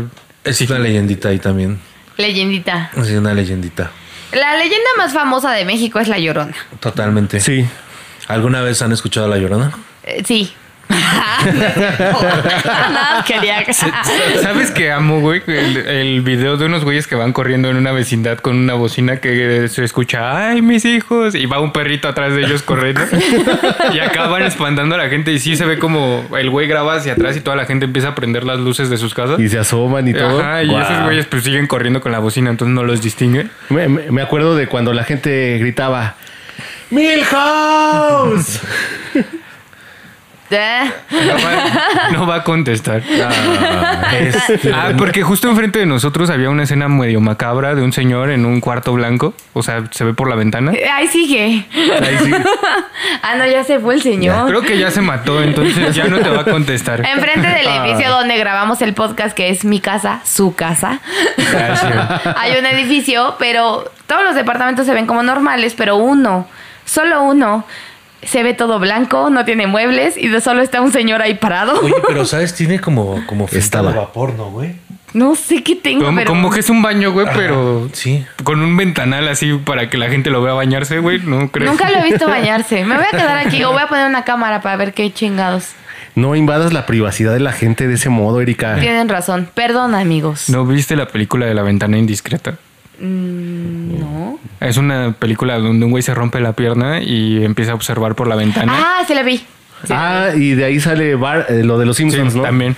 Speaker 1: Es una leyendita ahí también.
Speaker 3: Leyendita.
Speaker 1: Es una leyendita.
Speaker 3: La leyenda más famosa de México es La Llorona.
Speaker 1: Totalmente.
Speaker 4: Sí.
Speaker 1: ¿Alguna vez han escuchado La Llorona?
Speaker 3: Eh, sí. No, quería que-
Speaker 2: ¿Sabes qué amo, güey? El, el video de unos güeyes que van corriendo en una vecindad con una bocina que se escucha, ¡ay, mis hijos! Y va un perrito atrás de ellos corriendo. y acaban espantando a la gente. Y sí se ve como el güey graba hacia atrás y toda la gente empieza a prender las luces de sus casas.
Speaker 4: Y se asoman y todo.
Speaker 2: Ajá, y
Speaker 4: Guau.
Speaker 2: esos güeyes pues siguen corriendo con la bocina, entonces no los distinguen.
Speaker 4: Me, me- me acuerdo de cuando la gente gritaba. ¡Milhouse!
Speaker 3: Eh,
Speaker 2: No va, no va a contestar. Ah, porque justo enfrente de nosotros había una escena medio macabra de un señor en un cuarto blanco. O sea, se ve por la ventana.
Speaker 3: Eh, Ahí sigue.
Speaker 4: Ahí sí.
Speaker 3: Ah, no, ya se fue el señor.
Speaker 2: Creo que ya se mató, entonces ya no te va a contestar. Ah.
Speaker 3: Enfrente del edificio donde grabamos el podcast, que es mi casa, su casa,
Speaker 2: Gracias.
Speaker 3: hay un edificio, pero todos los departamentos se ven como normales, pero uno, solo uno, se ve todo blanco, no tiene muebles y de solo está un señor ahí parado.
Speaker 1: Oye, pero ¿sabes? Tiene como, como finta
Speaker 4: Estaba.
Speaker 1: de vapor, ¿no, güey?
Speaker 3: No sé qué tengo,
Speaker 2: Como,
Speaker 3: pero...
Speaker 2: como que es un baño, güey, pero
Speaker 1: Sí.
Speaker 2: con un ventanal así para que la gente lo vea bañarse, güey. No creo.
Speaker 3: Nunca lo he visto bañarse. Me voy a quedar aquí o voy a poner una cámara para ver qué chingados.
Speaker 4: No invadas la privacidad de la gente de ese modo, Erika.
Speaker 3: Tienen razón. Perdón, amigos.
Speaker 2: Ah. ¿No viste la película de la ventana indiscreta?
Speaker 3: Mm, no.
Speaker 2: Es una película donde un güey se rompe la pierna y empieza a observar por la ventana.
Speaker 3: Ah, se la vi.
Speaker 4: Ah, y de ahí sale Bar- eh, lo de los
Speaker 2: Sí,
Speaker 4: Simpsons, ¿no?
Speaker 2: también.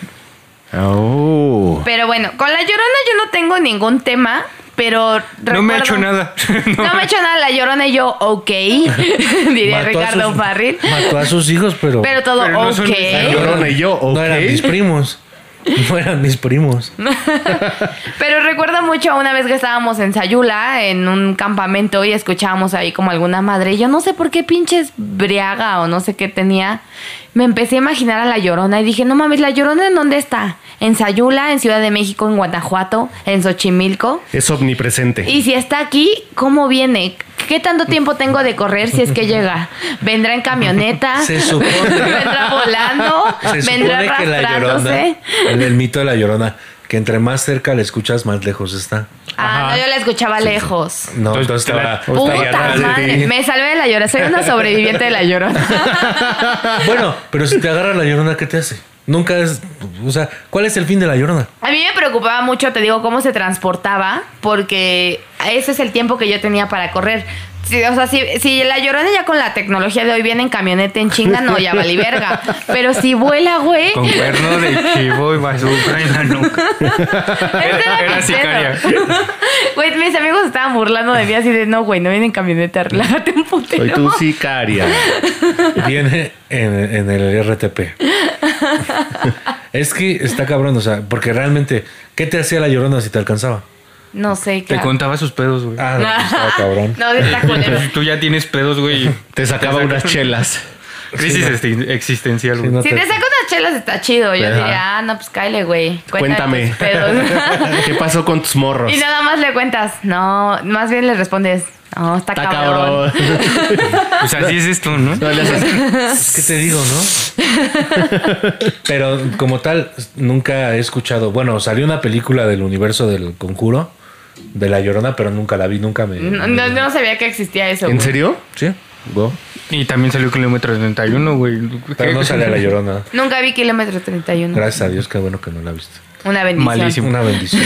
Speaker 4: Oh.
Speaker 3: Pero bueno, con la llorona yo no tengo ningún tema, pero.
Speaker 2: No me ha
Speaker 3: recuerdo-
Speaker 2: hecho nada.
Speaker 3: No, me ha hecho nada la llorona y yo, ok. diría
Speaker 1: Mató a
Speaker 3: Ricardo
Speaker 1: sus-
Speaker 3: Farril.
Speaker 1: Mató a sus hijos, pero.
Speaker 3: Pero todo
Speaker 2: Pero no son
Speaker 3: ok.
Speaker 2: mis
Speaker 4: La Llorona y yo, ok.
Speaker 1: No eran mis primos. No eran mis primos.
Speaker 3: Pero recuerdo mucho una vez que estábamos en Sayula, en un campamento, y escuchábamos ahí como alguna madre. Y yo no sé por qué pinches briaga o no sé qué tenía. Me empecé a imaginar a la llorona y dije, no mames, ¿la llorona en dónde está? En Sayula, en Ciudad de México, en Guanajuato, en Xochimilco.
Speaker 4: Es omnipresente.
Speaker 3: Y si está aquí, ¿cómo viene? ¿Qué tanto tiempo tengo de correr si es que llega? ¿Vendrá en camioneta?
Speaker 1: Se supone.
Speaker 3: ¿Vendrá volando?
Speaker 1: Se
Speaker 3: ¿Vendrá
Speaker 1: supone que la llorona.
Speaker 3: arrastrándose?
Speaker 1: El, el mito de la llorona. Que entre más cerca la escuchas, más lejos está.
Speaker 3: Ah, no, yo la escuchaba lejos.
Speaker 1: No,
Speaker 4: Pues,
Speaker 1: entonces
Speaker 2: Entonces,
Speaker 1: estaba.
Speaker 2: claro.
Speaker 4: Estaba
Speaker 3: Puta
Speaker 4: atrás de ti.
Speaker 3: madre, me salvé de la llorona. Soy una sobreviviente de la llorona.
Speaker 1: Bueno, pero si te agarra la llorona, ¿qué te hace? Nunca es. O sea, ¿cuál es el fin de la llorona?
Speaker 3: A mí me preocupaba mucho, te digo, cómo se transportaba, porque ese es el tiempo que yo tenía para correr. Sí, o sea, si, si la llorona ya con la tecnología de hoy viene en camioneta en chinga, no, ya valí verga. Pero si vuela, güey.
Speaker 2: Con cuerno de chivo y basura en la nuca.
Speaker 3: Este
Speaker 2: Era-
Speaker 3: mi
Speaker 2: era sicaria.
Speaker 3: pedo. Güey, mis amigos estaban burlando de mí así de, no, güey, no viene en camioneta, relájate un putero.
Speaker 4: Soy tu sicaria.
Speaker 1: Viene en, en el RTP. es que está cabrón, o sea, porque realmente, ¿qué te hacía la llorona si te alcanzaba?
Speaker 3: No sé qué.
Speaker 2: Te contaba sus pedos, güey.
Speaker 1: Ah, no, pues estaba cabrón.
Speaker 3: No, está culero.
Speaker 2: Entonces, tú ya tienes pedos, güey.
Speaker 4: Te sacaba unas chelas.
Speaker 2: Crisis existen- existencial,
Speaker 1: Sí,
Speaker 2: güey.
Speaker 1: no
Speaker 3: Si te saca unas chelas está chido. Yo
Speaker 4: Ajá.
Speaker 3: diría, ah, no, pues cáele, güey. Cuéntame.
Speaker 4: Cuéntame.
Speaker 3: tus pedos.
Speaker 4: ¿Qué pasó con tus morros?
Speaker 3: y nada más le cuentas. No, más bien le respondes. No, está,
Speaker 4: Está
Speaker 3: cabrón.
Speaker 4: cabrón.
Speaker 2: Pues así es esto, ¿no?
Speaker 4: No le haces-
Speaker 1: ¿Qué te digo, no? Pero como tal, nunca he escuchado. Bueno, salió una película del universo del conjuro de La Llorona, pero nunca la vi, nunca me.
Speaker 3: No, no, no sabía que existía eso.
Speaker 4: ¿En
Speaker 3: güey.
Speaker 4: serio?
Speaker 1: Sí,
Speaker 2: Y también salió Kilómetro 31, güey.
Speaker 1: pero no sale La Llorona.
Speaker 3: Nunca vi kilómetro 31.
Speaker 1: Gracias a Dios, qué bueno que no la viste.
Speaker 3: Una bendición.
Speaker 2: Malísimo.
Speaker 1: Una bendición.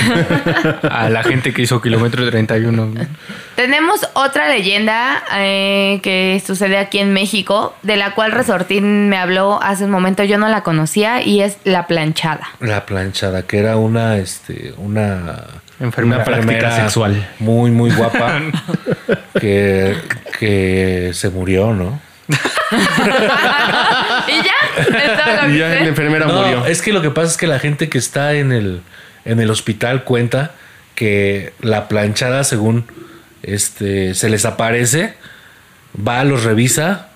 Speaker 2: A la gente que hizo Kilómetro 31. güey.
Speaker 3: Tenemos otra leyenda eh, que sucede aquí en México, de la cual Resortín me habló hace un momento. Yo no la conocía y es la planchada.
Speaker 1: La planchada, que era una, este, una
Speaker 2: Enfermera.
Speaker 4: Una práctica sexual.
Speaker 1: Muy, muy guapa. que, que se murió, ¿no?
Speaker 3: ¿Y ya? ¿Es todo lo que
Speaker 4: Y ya
Speaker 3: sé?
Speaker 4: la enfermera
Speaker 1: No,
Speaker 4: murió.
Speaker 1: Es que lo que pasa es que la gente que está en el, en el hospital cuenta que la planchada, según este, se les aparece, va, los revisa,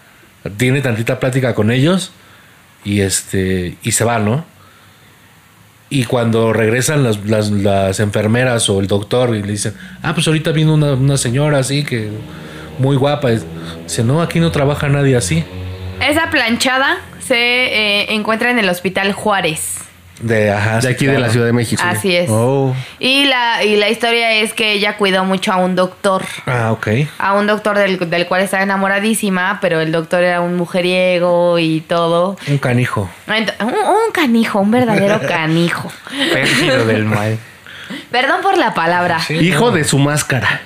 Speaker 1: tiene tantita plática con ellos y, este, y se va, ¿no? Y cuando regresan las, las- las enfermeras o el doctor y le dicen, ah, pues ahorita vino una, una señora así que muy guapa. Dice, no, aquí no trabaja nadie así.
Speaker 3: Esa planchada se eh, encuentra en el Hospital Juárez.
Speaker 1: De, ajá,
Speaker 4: De
Speaker 1: sí,
Speaker 4: aquí de la
Speaker 1: claro.
Speaker 4: Ciudad de México.
Speaker 3: Así es.
Speaker 4: Oh.
Speaker 3: Y la, y la historia es que ella cuidó mucho a un doctor.
Speaker 1: Ah, ok.
Speaker 3: A un doctor del, del cual estaba enamoradísima, pero el doctor era un mujeriego y todo.
Speaker 1: Un canijo.
Speaker 3: Ent- un, un canijo, un verdadero canijo.
Speaker 2: Pérfido del mal.
Speaker 3: Perdón por la palabra.
Speaker 4: Hijo de su máscara.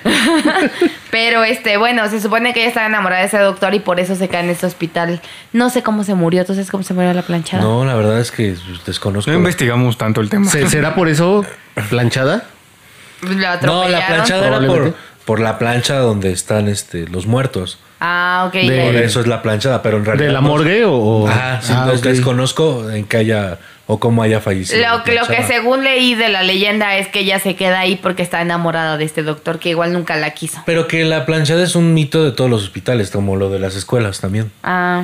Speaker 3: Pero este, bueno, se supone que ella estaba enamorada de ese doctor y por eso se cae en este hospital. No sé cómo se murió, ¿tú sabes cómo se murió la planchada?
Speaker 1: No, la verdad es que desconozco.
Speaker 2: No investigamos tanto el tema.
Speaker 4: ¿Se- ¿Será por eso planchada?
Speaker 3: La
Speaker 1: No,
Speaker 3: atropellaron.
Speaker 1: la planchada era por,
Speaker 4: Probablemente.
Speaker 1: por la plancha donde están este, los muertos.
Speaker 3: Ah, ok.
Speaker 4: De-
Speaker 1: Por
Speaker 4: Eh,
Speaker 1: eso es la planchada, pero en realidad.
Speaker 4: ¿De la
Speaker 1: no-
Speaker 4: morgue o- o...?
Speaker 1: Ajá, sí,
Speaker 4: Ah,
Speaker 1: entonces
Speaker 4: ok.
Speaker 1: desconozco en qué haya o cómo haya fallecido.
Speaker 3: Lo,
Speaker 1: la
Speaker 3: lo que
Speaker 1: planchada.
Speaker 3: según leí de la leyenda es que ella se queda ahí porque está enamorada de este doctor que igual nunca la quiso.
Speaker 1: Pero que la planchada es un mito de todos los hospitales, como lo de las escuelas también.
Speaker 3: Ah,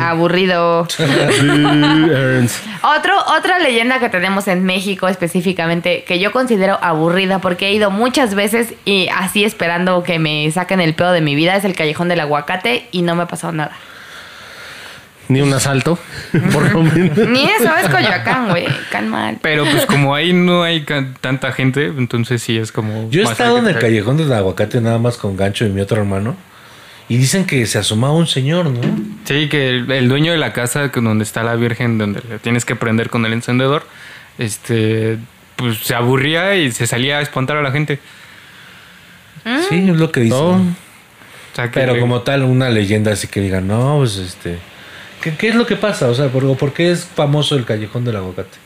Speaker 3: aburrido.
Speaker 4: Sí, Ernst.
Speaker 3: Otro, otra leyenda que tenemos en México específicamente que yo considero aburrida porque he ido muchas veces y así esperando que me saquen el pedo de mi vida es el callejón del aguacate y no me ha pasado nada.
Speaker 4: Ni un asalto, por lo menos.
Speaker 3: Ni eso es Coyoacán, güey. Can mal.
Speaker 2: Pero pues como ahí no hay ca- tanta gente, entonces sí es como...
Speaker 1: Yo he
Speaker 2: más
Speaker 1: estado en el
Speaker 2: agradable.
Speaker 1: callejón del aguacate nada más con Gancho y mi otro hermano. Y dicen que se asomaba un señor, ¿no?
Speaker 2: Sí, que el, el dueño de la casa con donde está la Virgen, donde le tienes que prender con el encendedor, este, pues se aburría y se salía a espantar a la gente.
Speaker 3: Ah.
Speaker 1: Sí, es lo que dicen.
Speaker 4: No.
Speaker 2: O sea, que
Speaker 1: Pero
Speaker 2: le-
Speaker 1: como tal, una leyenda así que digan, no, pues este. ¿Qué, qué es lo que pasa? O sea, ¿por, por qué es famoso el callejón del aguacate?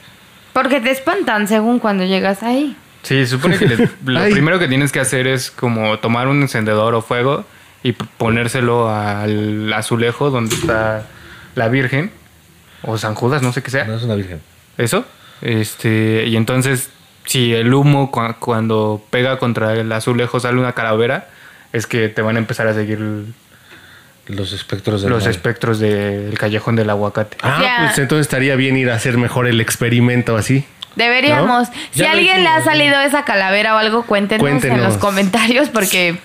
Speaker 3: Porque te espantan según cuando llegas ahí.
Speaker 2: Sí, se supone que le- lo
Speaker 4: Ay.
Speaker 2: primero que tienes que hacer es como tomar un encendedor o fuego y p- ponérselo al azulejo donde está la Virgen o San Judas, no sé qué sea.
Speaker 1: No es una virgen.
Speaker 2: Eso. Este, y entonces, si el humo cua- cuando pega contra el azulejo sale una calavera, es que te van a empezar a seguir l-
Speaker 1: Los espectros del
Speaker 2: los
Speaker 1: Pues mal.
Speaker 2: espectros del callejón del aguacate.
Speaker 4: Ah,
Speaker 3: Ya.
Speaker 4: pues entonces estaría bien ir a hacer mejor el experimento así.
Speaker 3: Deberíamos.
Speaker 4: ¿No?
Speaker 3: Si
Speaker 1: Ya lo
Speaker 3: alguien le ha
Speaker 1: hicimos.
Speaker 3: salido esa calavera o algo, cuéntenos, en los
Speaker 4: Cuéntenos.
Speaker 3: comentarios porque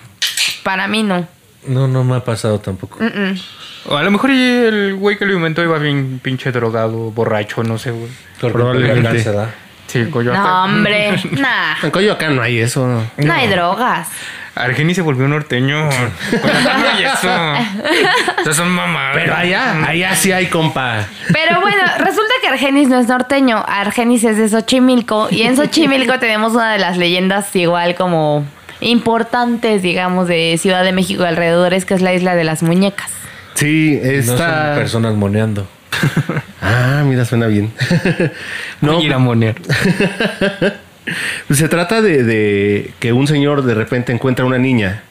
Speaker 3: para mí no.
Speaker 1: No, no me ha pasado tampoco.
Speaker 3: Mm-mm.
Speaker 2: O a lo mejor y el güey que lo inventó iba bien pinche drogado, borracho, no sé, güey.
Speaker 1: Por
Speaker 4: Probablemente.
Speaker 1: culpa del cáncer, ¿ah?
Speaker 2: Sí, Coyoacán.
Speaker 3: No, mm. hombre. Nah.
Speaker 4: En Coyoacán no hay eso. ¿no?
Speaker 3: No hay drogas.
Speaker 2: Argenis se volvió norteño. Coyoacán no hay eso. Esas son mamadas.
Speaker 4: Pero ah, allá, allá sí hay, compa.
Speaker 3: Pero bueno, resulta que Argenis no es norteño. Argenis es de Xochimilco. Y en Xochimilco tenemos una de las leyendas igual como importantes, digamos, de Ciudad de México y alrededores, que es la isla de las muñecas.
Speaker 4: Sí,
Speaker 1: No son
Speaker 4: está...
Speaker 1: personas moneando.
Speaker 4: ah, mira, suena bien.
Speaker 2: No, ir a moner.
Speaker 4: Pues se trata de, de que un señor de repente encuentra una niña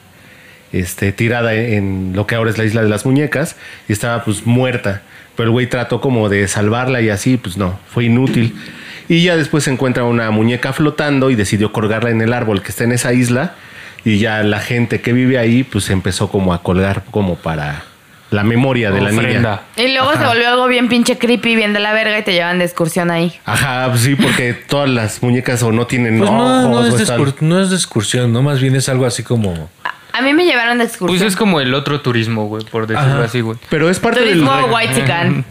Speaker 4: este, tirada en lo que ahora es la isla de las muñecas y estaba pues muerta. Pero el güey trató como de salvarla y así, pues no, fue inútil. Y ya después se encuentra una muñeca flotando y decidió colgarla en el árbol que está en esa isla. Y ya la gente que vive ahí pues empezó como a colgar como para la memoria de la niña.
Speaker 2: Ofrenda.
Speaker 3: Y luego se volvió algo bien pinche creepy, bien de la verga, y te llevan de excursión ahí.
Speaker 4: Ajá, pues, sí, porque todas las muñecas o no tienen
Speaker 1: Pues no, no,
Speaker 4: ojos
Speaker 1: es
Speaker 4: o
Speaker 1: de
Speaker 4: están-
Speaker 1: excur- no es de excursión, no más bien es algo así como.
Speaker 3: A mí me llevaron de excursión.
Speaker 2: Pues es como el otro turismo, güey, por decirlo
Speaker 1: Ajá.
Speaker 2: así, güey.
Speaker 4: Pero es parte del...
Speaker 3: Turismo
Speaker 4: re-
Speaker 3: Huaychican.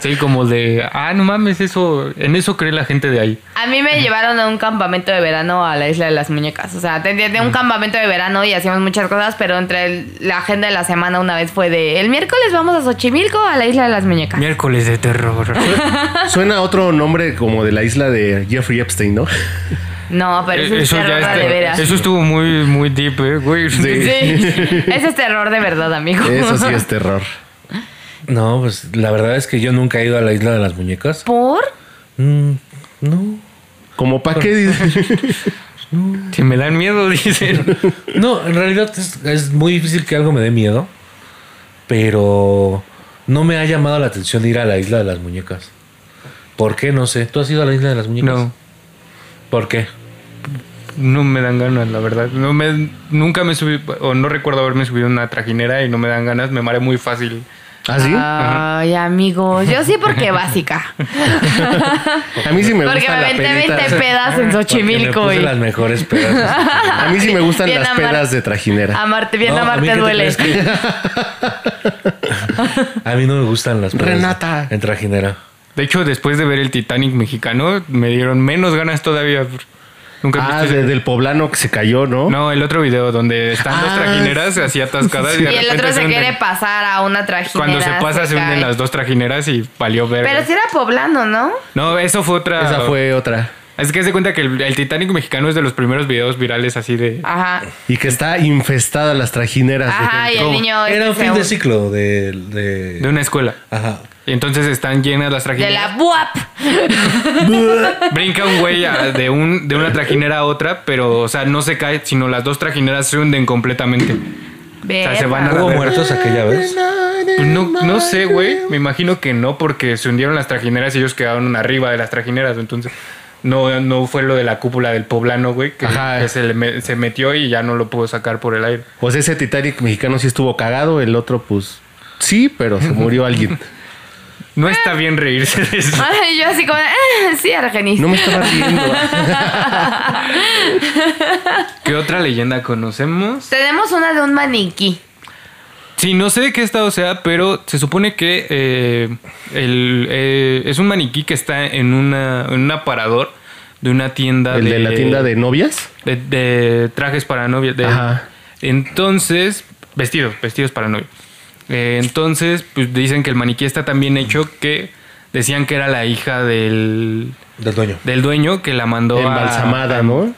Speaker 2: Sí, como de, ah, no mames, eso, en eso cree la gente de ahí.
Speaker 3: A mí me llevaron a un campamento de verano a la isla de las muñecas. O sea, tenía tenía un campamento de verano y hacíamos muchas cosas, pero entre el- la agenda de la semana una vez fue de el miércoles vamos a Xochimilco a la isla de las muñecas.
Speaker 2: Miércoles de terror.
Speaker 4: Suena a otro nombre como de la isla de Jeffrey Epstein, ¿no?
Speaker 3: No, pero
Speaker 2: eh,
Speaker 3: eso, es terror
Speaker 2: está-
Speaker 3: de veras.
Speaker 2: Eso estuvo muy, muy deep, eh, güey.
Speaker 3: Sí, ese es terror de verdad, amigo.
Speaker 4: Eso sí es terror.
Speaker 1: No, pues la verdad es que yo nunca he ido a la isla de las muñecas.
Speaker 3: ¿Por?
Speaker 1: Mm, no.
Speaker 4: Como para qué dices?
Speaker 1: no.
Speaker 2: Si me dan miedo, dicen.
Speaker 1: No, en realidad es, es muy difícil que algo me dé miedo, pero no me ha llamado la atención ir a la isla de las muñecas. ¿Por qué? No sé. ¿Tú has ido a la isla de las muñecas?
Speaker 2: No,
Speaker 1: ¿Por qué?
Speaker 2: no me dan ganas, la verdad. No me, nunca me subí, o no recuerdo haberme subido a una trajinera y no me dan ganas. Me mareo muy fácil.
Speaker 4: ¿Ah, sí?
Speaker 3: Ay, amigo. Yo sí porque básica.
Speaker 4: A mí sí me
Speaker 3: porque
Speaker 4: gustan
Speaker 3: me
Speaker 4: las
Speaker 3: aventé 20
Speaker 4: pedas.
Speaker 3: pedas Ah, en
Speaker 1: Porque me
Speaker 3: Xochimilco
Speaker 1: puse
Speaker 3: y
Speaker 1: las mejores pedazos.
Speaker 4: A mí sí me gustan
Speaker 3: Bien
Speaker 4: las
Speaker 3: amar-
Speaker 4: pedas de trajinera.
Speaker 3: amarte bien,
Speaker 1: No, a mí,
Speaker 3: amarte
Speaker 1: ¿qué te
Speaker 3: duele.
Speaker 1: crees que- a mí no me gustan las pedas
Speaker 4: Renata.
Speaker 1: En trajinera.
Speaker 2: De hecho, después de ver el Titanic mexicano, me dieron menos ganas todavía. Nunca
Speaker 4: Ah,
Speaker 2: viste-
Speaker 4: de- del poblano que se cayó, ¿no?
Speaker 2: No, el otro video donde están dos
Speaker 4: Ah,
Speaker 2: trajineras así atascadas y,
Speaker 3: Y
Speaker 2: de
Speaker 3: el
Speaker 2: repente
Speaker 3: otro se
Speaker 2: hunden.
Speaker 3: quiere pasar a una trajinera.
Speaker 2: Cuando se pasa se,
Speaker 3: cae.
Speaker 2: hunden las dos trajineras y valió ver.
Speaker 3: Pero si era poblano, ¿no?
Speaker 2: No, eso fue otra.
Speaker 4: Esa fue otra.
Speaker 2: Es que se cuenta que el, el Titanic mexicano es de los primeros videos virales así de.
Speaker 3: Ajá.
Speaker 4: Y que está infestada las trajineras. de
Speaker 3: Ajá, y el
Speaker 2: ¿Cómo?
Speaker 3: niño. este
Speaker 1: Era un
Speaker 3: se
Speaker 1: fin de
Speaker 3: un-
Speaker 1: ciclo de... de-
Speaker 2: De una escuela.
Speaker 1: Ajá.
Speaker 2: Y entonces están llenas las
Speaker 3: De
Speaker 2: trajineras.
Speaker 3: la buap.
Speaker 2: Brinca un güey a- de, un, de una trajinera a otra, pero, o sea, no se cae, sino las dos trajineras se hunden completamente. sea, se van a
Speaker 3: Verga.
Speaker 1: ¿Hubo
Speaker 2: ver.
Speaker 1: muertos aquella vez?
Speaker 2: Pues no, no sé, güey. Me imagino que no, porque se hundieron las trajineras y ellos quedaron arriba de las trajineras. Entonces, no, no fue lo de la cúpula del poblano, güey, que,
Speaker 4: Ajá.
Speaker 2: que se, le me- se metió y ya no lo pudo sacar por el aire.
Speaker 4: O sea, Pues ese Titanic mexicano sí estuvo cagado, el otro pues sí, pero se murió alguien.
Speaker 2: No está bien reírse de eso.
Speaker 3: Ay, yo así como, "Ah, sí, Argenis.
Speaker 4: No me estaba riendo. ¿eh?
Speaker 2: ¿Qué otra leyenda conocemos?
Speaker 3: Tenemos una de un maniquí.
Speaker 2: Sí, no sé de qué estado sea, pero se supone que eh, el, eh, es un maniquí que está en, una, en un aparador de una tienda
Speaker 4: ¿El de la tienda de novias?
Speaker 2: de, de trajes para novia. de-
Speaker 4: Ajá.
Speaker 2: Entonces, vestidos, vestidos para novia. Eh, entonces, pues dicen que el maniquí está tan bien hecho que decían que era la hija del,
Speaker 1: Del dueño.
Speaker 2: del dueño que la mandó a...
Speaker 4: Embalsamada, ¿no?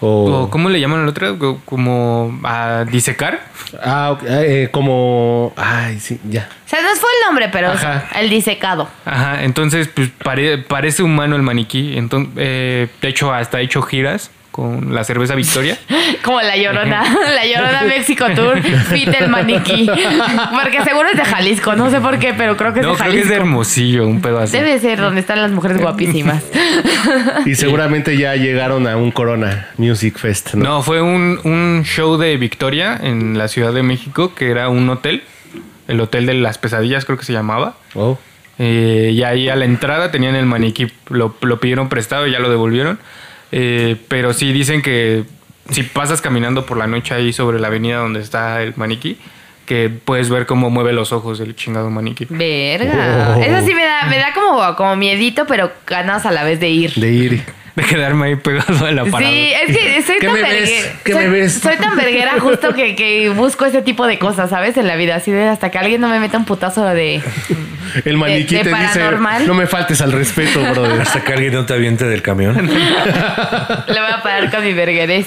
Speaker 2: o
Speaker 4: O,
Speaker 2: ¿Cómo le llaman al otro? Co- Como a disecar.
Speaker 4: ah, ok, ah, eh, como... Ay, sí, ya.
Speaker 3: O sea, no fue el nombre, pero
Speaker 4: Ajá.
Speaker 3: el disecado.
Speaker 2: Ajá, entonces pues pare- parece humano el maniquí. Entonces, de hecho, hasta ha hecho giras con la cerveza Victoria.
Speaker 3: Como la llorona, la llorona México Tour, fit el maniquí. Porque seguro es de Jalisco, no sé por qué, pero creo que es
Speaker 2: no,
Speaker 3: de
Speaker 2: creo que
Speaker 3: Jalisco.
Speaker 2: es de Hermosillo, un pedo así.
Speaker 3: Debe ser donde están las mujeres guapísimas.
Speaker 4: Y seguramente ya llegaron a un Corona Music Fest, ¿no?
Speaker 2: No, fue un, un show de Victoria en la Ciudad de México, que era un hotel, el Hotel de las Pesadillas creo que se llamaba.
Speaker 4: Oh.
Speaker 2: Eh, y ahí a la entrada tenían el maniquí, lo, lo pidieron prestado y ya lo devolvieron. Eh, pero sí dicen que si pasas caminando por la noche ahí sobre la avenida donde está el maniquí, que puedes ver cómo mueve los ojos el chingado maniquí.
Speaker 3: Verga.
Speaker 4: Oh.
Speaker 3: Eso sí me da, me da como, como miedito, pero ganas a la vez de ir.
Speaker 4: De ir.
Speaker 2: De quedarme ahí pegado a la parada.
Speaker 3: Sí, es que soy
Speaker 4: ¿Qué
Speaker 3: tan
Speaker 4: me ves?
Speaker 3: verguera.
Speaker 4: ¿Qué
Speaker 3: soy,
Speaker 4: me ves?
Speaker 3: soy tan verguera justo que, que busco ese tipo de cosas, ¿sabes? En la vida, así de hasta que alguien no me meta un putazo de.
Speaker 4: El maniquí
Speaker 3: de
Speaker 4: te
Speaker 3: paranormal.
Speaker 4: dice, no me faltes al respeto, brother.
Speaker 1: Hasta que alguien no te aviente del camión.
Speaker 3: Le voy a parar con mi verguerés.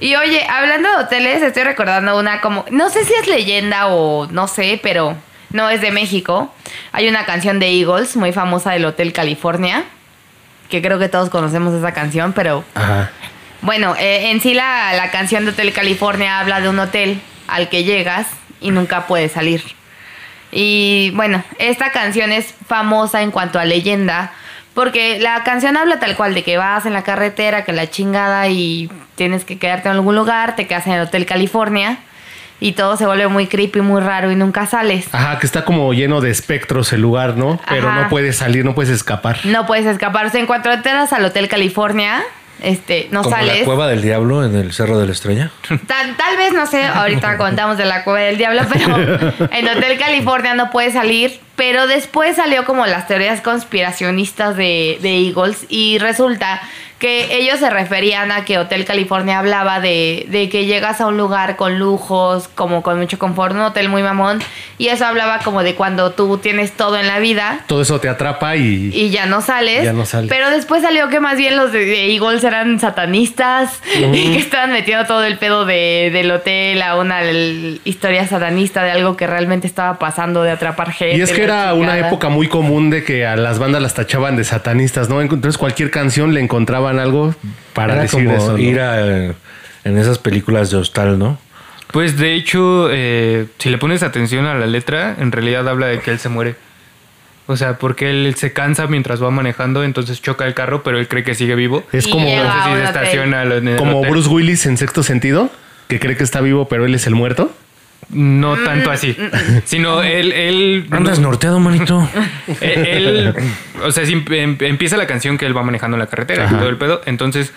Speaker 3: Y oye, hablando de hoteles, estoy recordando una como. No sé si es leyenda o no sé, pero no es de México. Hay una canción de Eagles muy famosa del Hotel California. Que creo que todos conocemos esa canción, pero
Speaker 4: Ajá.
Speaker 3: Bueno, eh, en sí la, la canción de Hotel California habla de un hotel al que llegas y nunca puedes salir. Y bueno, esta canción es famosa en cuanto a leyenda, porque la canción habla tal cual de que vas en la carretera, que la chingada y tienes que quedarte en algún lugar, te quedas en el Hotel California y todo se vuelve muy creepy, muy raro y nunca sales.
Speaker 1: Ah.
Speaker 4: Ajá, que está como lleno de espectros el lugar, ¿no? Pero
Speaker 3: Ajá.
Speaker 4: no puedes salir, no puedes escapar.
Speaker 3: No puedes escapar. O sea, en cuanto entras al Hotel California, este, no
Speaker 1: Como
Speaker 3: sales.
Speaker 1: la cueva del diablo en el Cerro de la Estrella.
Speaker 3: Tal, tal vez, no sé, ahorita contamos de la cueva del diablo, pero en Hotel California no puede salir. Pero después salió como las teorías conspiracionistas de, de Eagles y resulta que ellos se referían a que Hotel California hablaba de, de que llegas a un lugar con lujos, como con mucho confort, un hotel muy mamón. Y eso hablaba como de cuando tú tienes todo en la vida
Speaker 4: Todo eso te atrapa y...
Speaker 3: y ya no sales.
Speaker 4: Ya no sales.
Speaker 3: Pero después salió que más bien los de- de Eagles eran satanistas y que estaban metiendo todo el pedo de- del hotel a una l- historia satanista de algo que realmente estaba pasando de atrapar gente.
Speaker 4: Y es
Speaker 3: la
Speaker 4: que era una
Speaker 3: chingada.
Speaker 4: época muy común de que a las bandas las tachaban de satanistas, ¿no? Entonces cualquier canción le daban algo para
Speaker 1: Era
Speaker 4: decir
Speaker 1: como
Speaker 4: eso. ¿no?
Speaker 1: ir a, eh, en esas películas de hostal, ¿no?
Speaker 2: Pues de hecho, eh, si le pones atención a la letra, en realidad habla de que él se muere. O sea, porque él se cansa mientras va manejando, entonces choca el carro, pero él cree que sigue vivo.
Speaker 4: Es
Speaker 3: Y
Speaker 4: como,
Speaker 3: llega
Speaker 2: Entonces,
Speaker 3: a
Speaker 2: si
Speaker 3: un
Speaker 2: se
Speaker 3: hotel.
Speaker 2: estaciona en el
Speaker 4: como
Speaker 2: hotel.
Speaker 4: Bruce Willis en sexto sentido, que cree que está vivo, pero él es el muerto.
Speaker 2: No tanto así, sino él, él,
Speaker 1: Andas norteado, manito.
Speaker 2: él, Eh, él- o sea, sí, em- empieza la canción que él va manejando en la carretera, y todo el pedo. Entonces,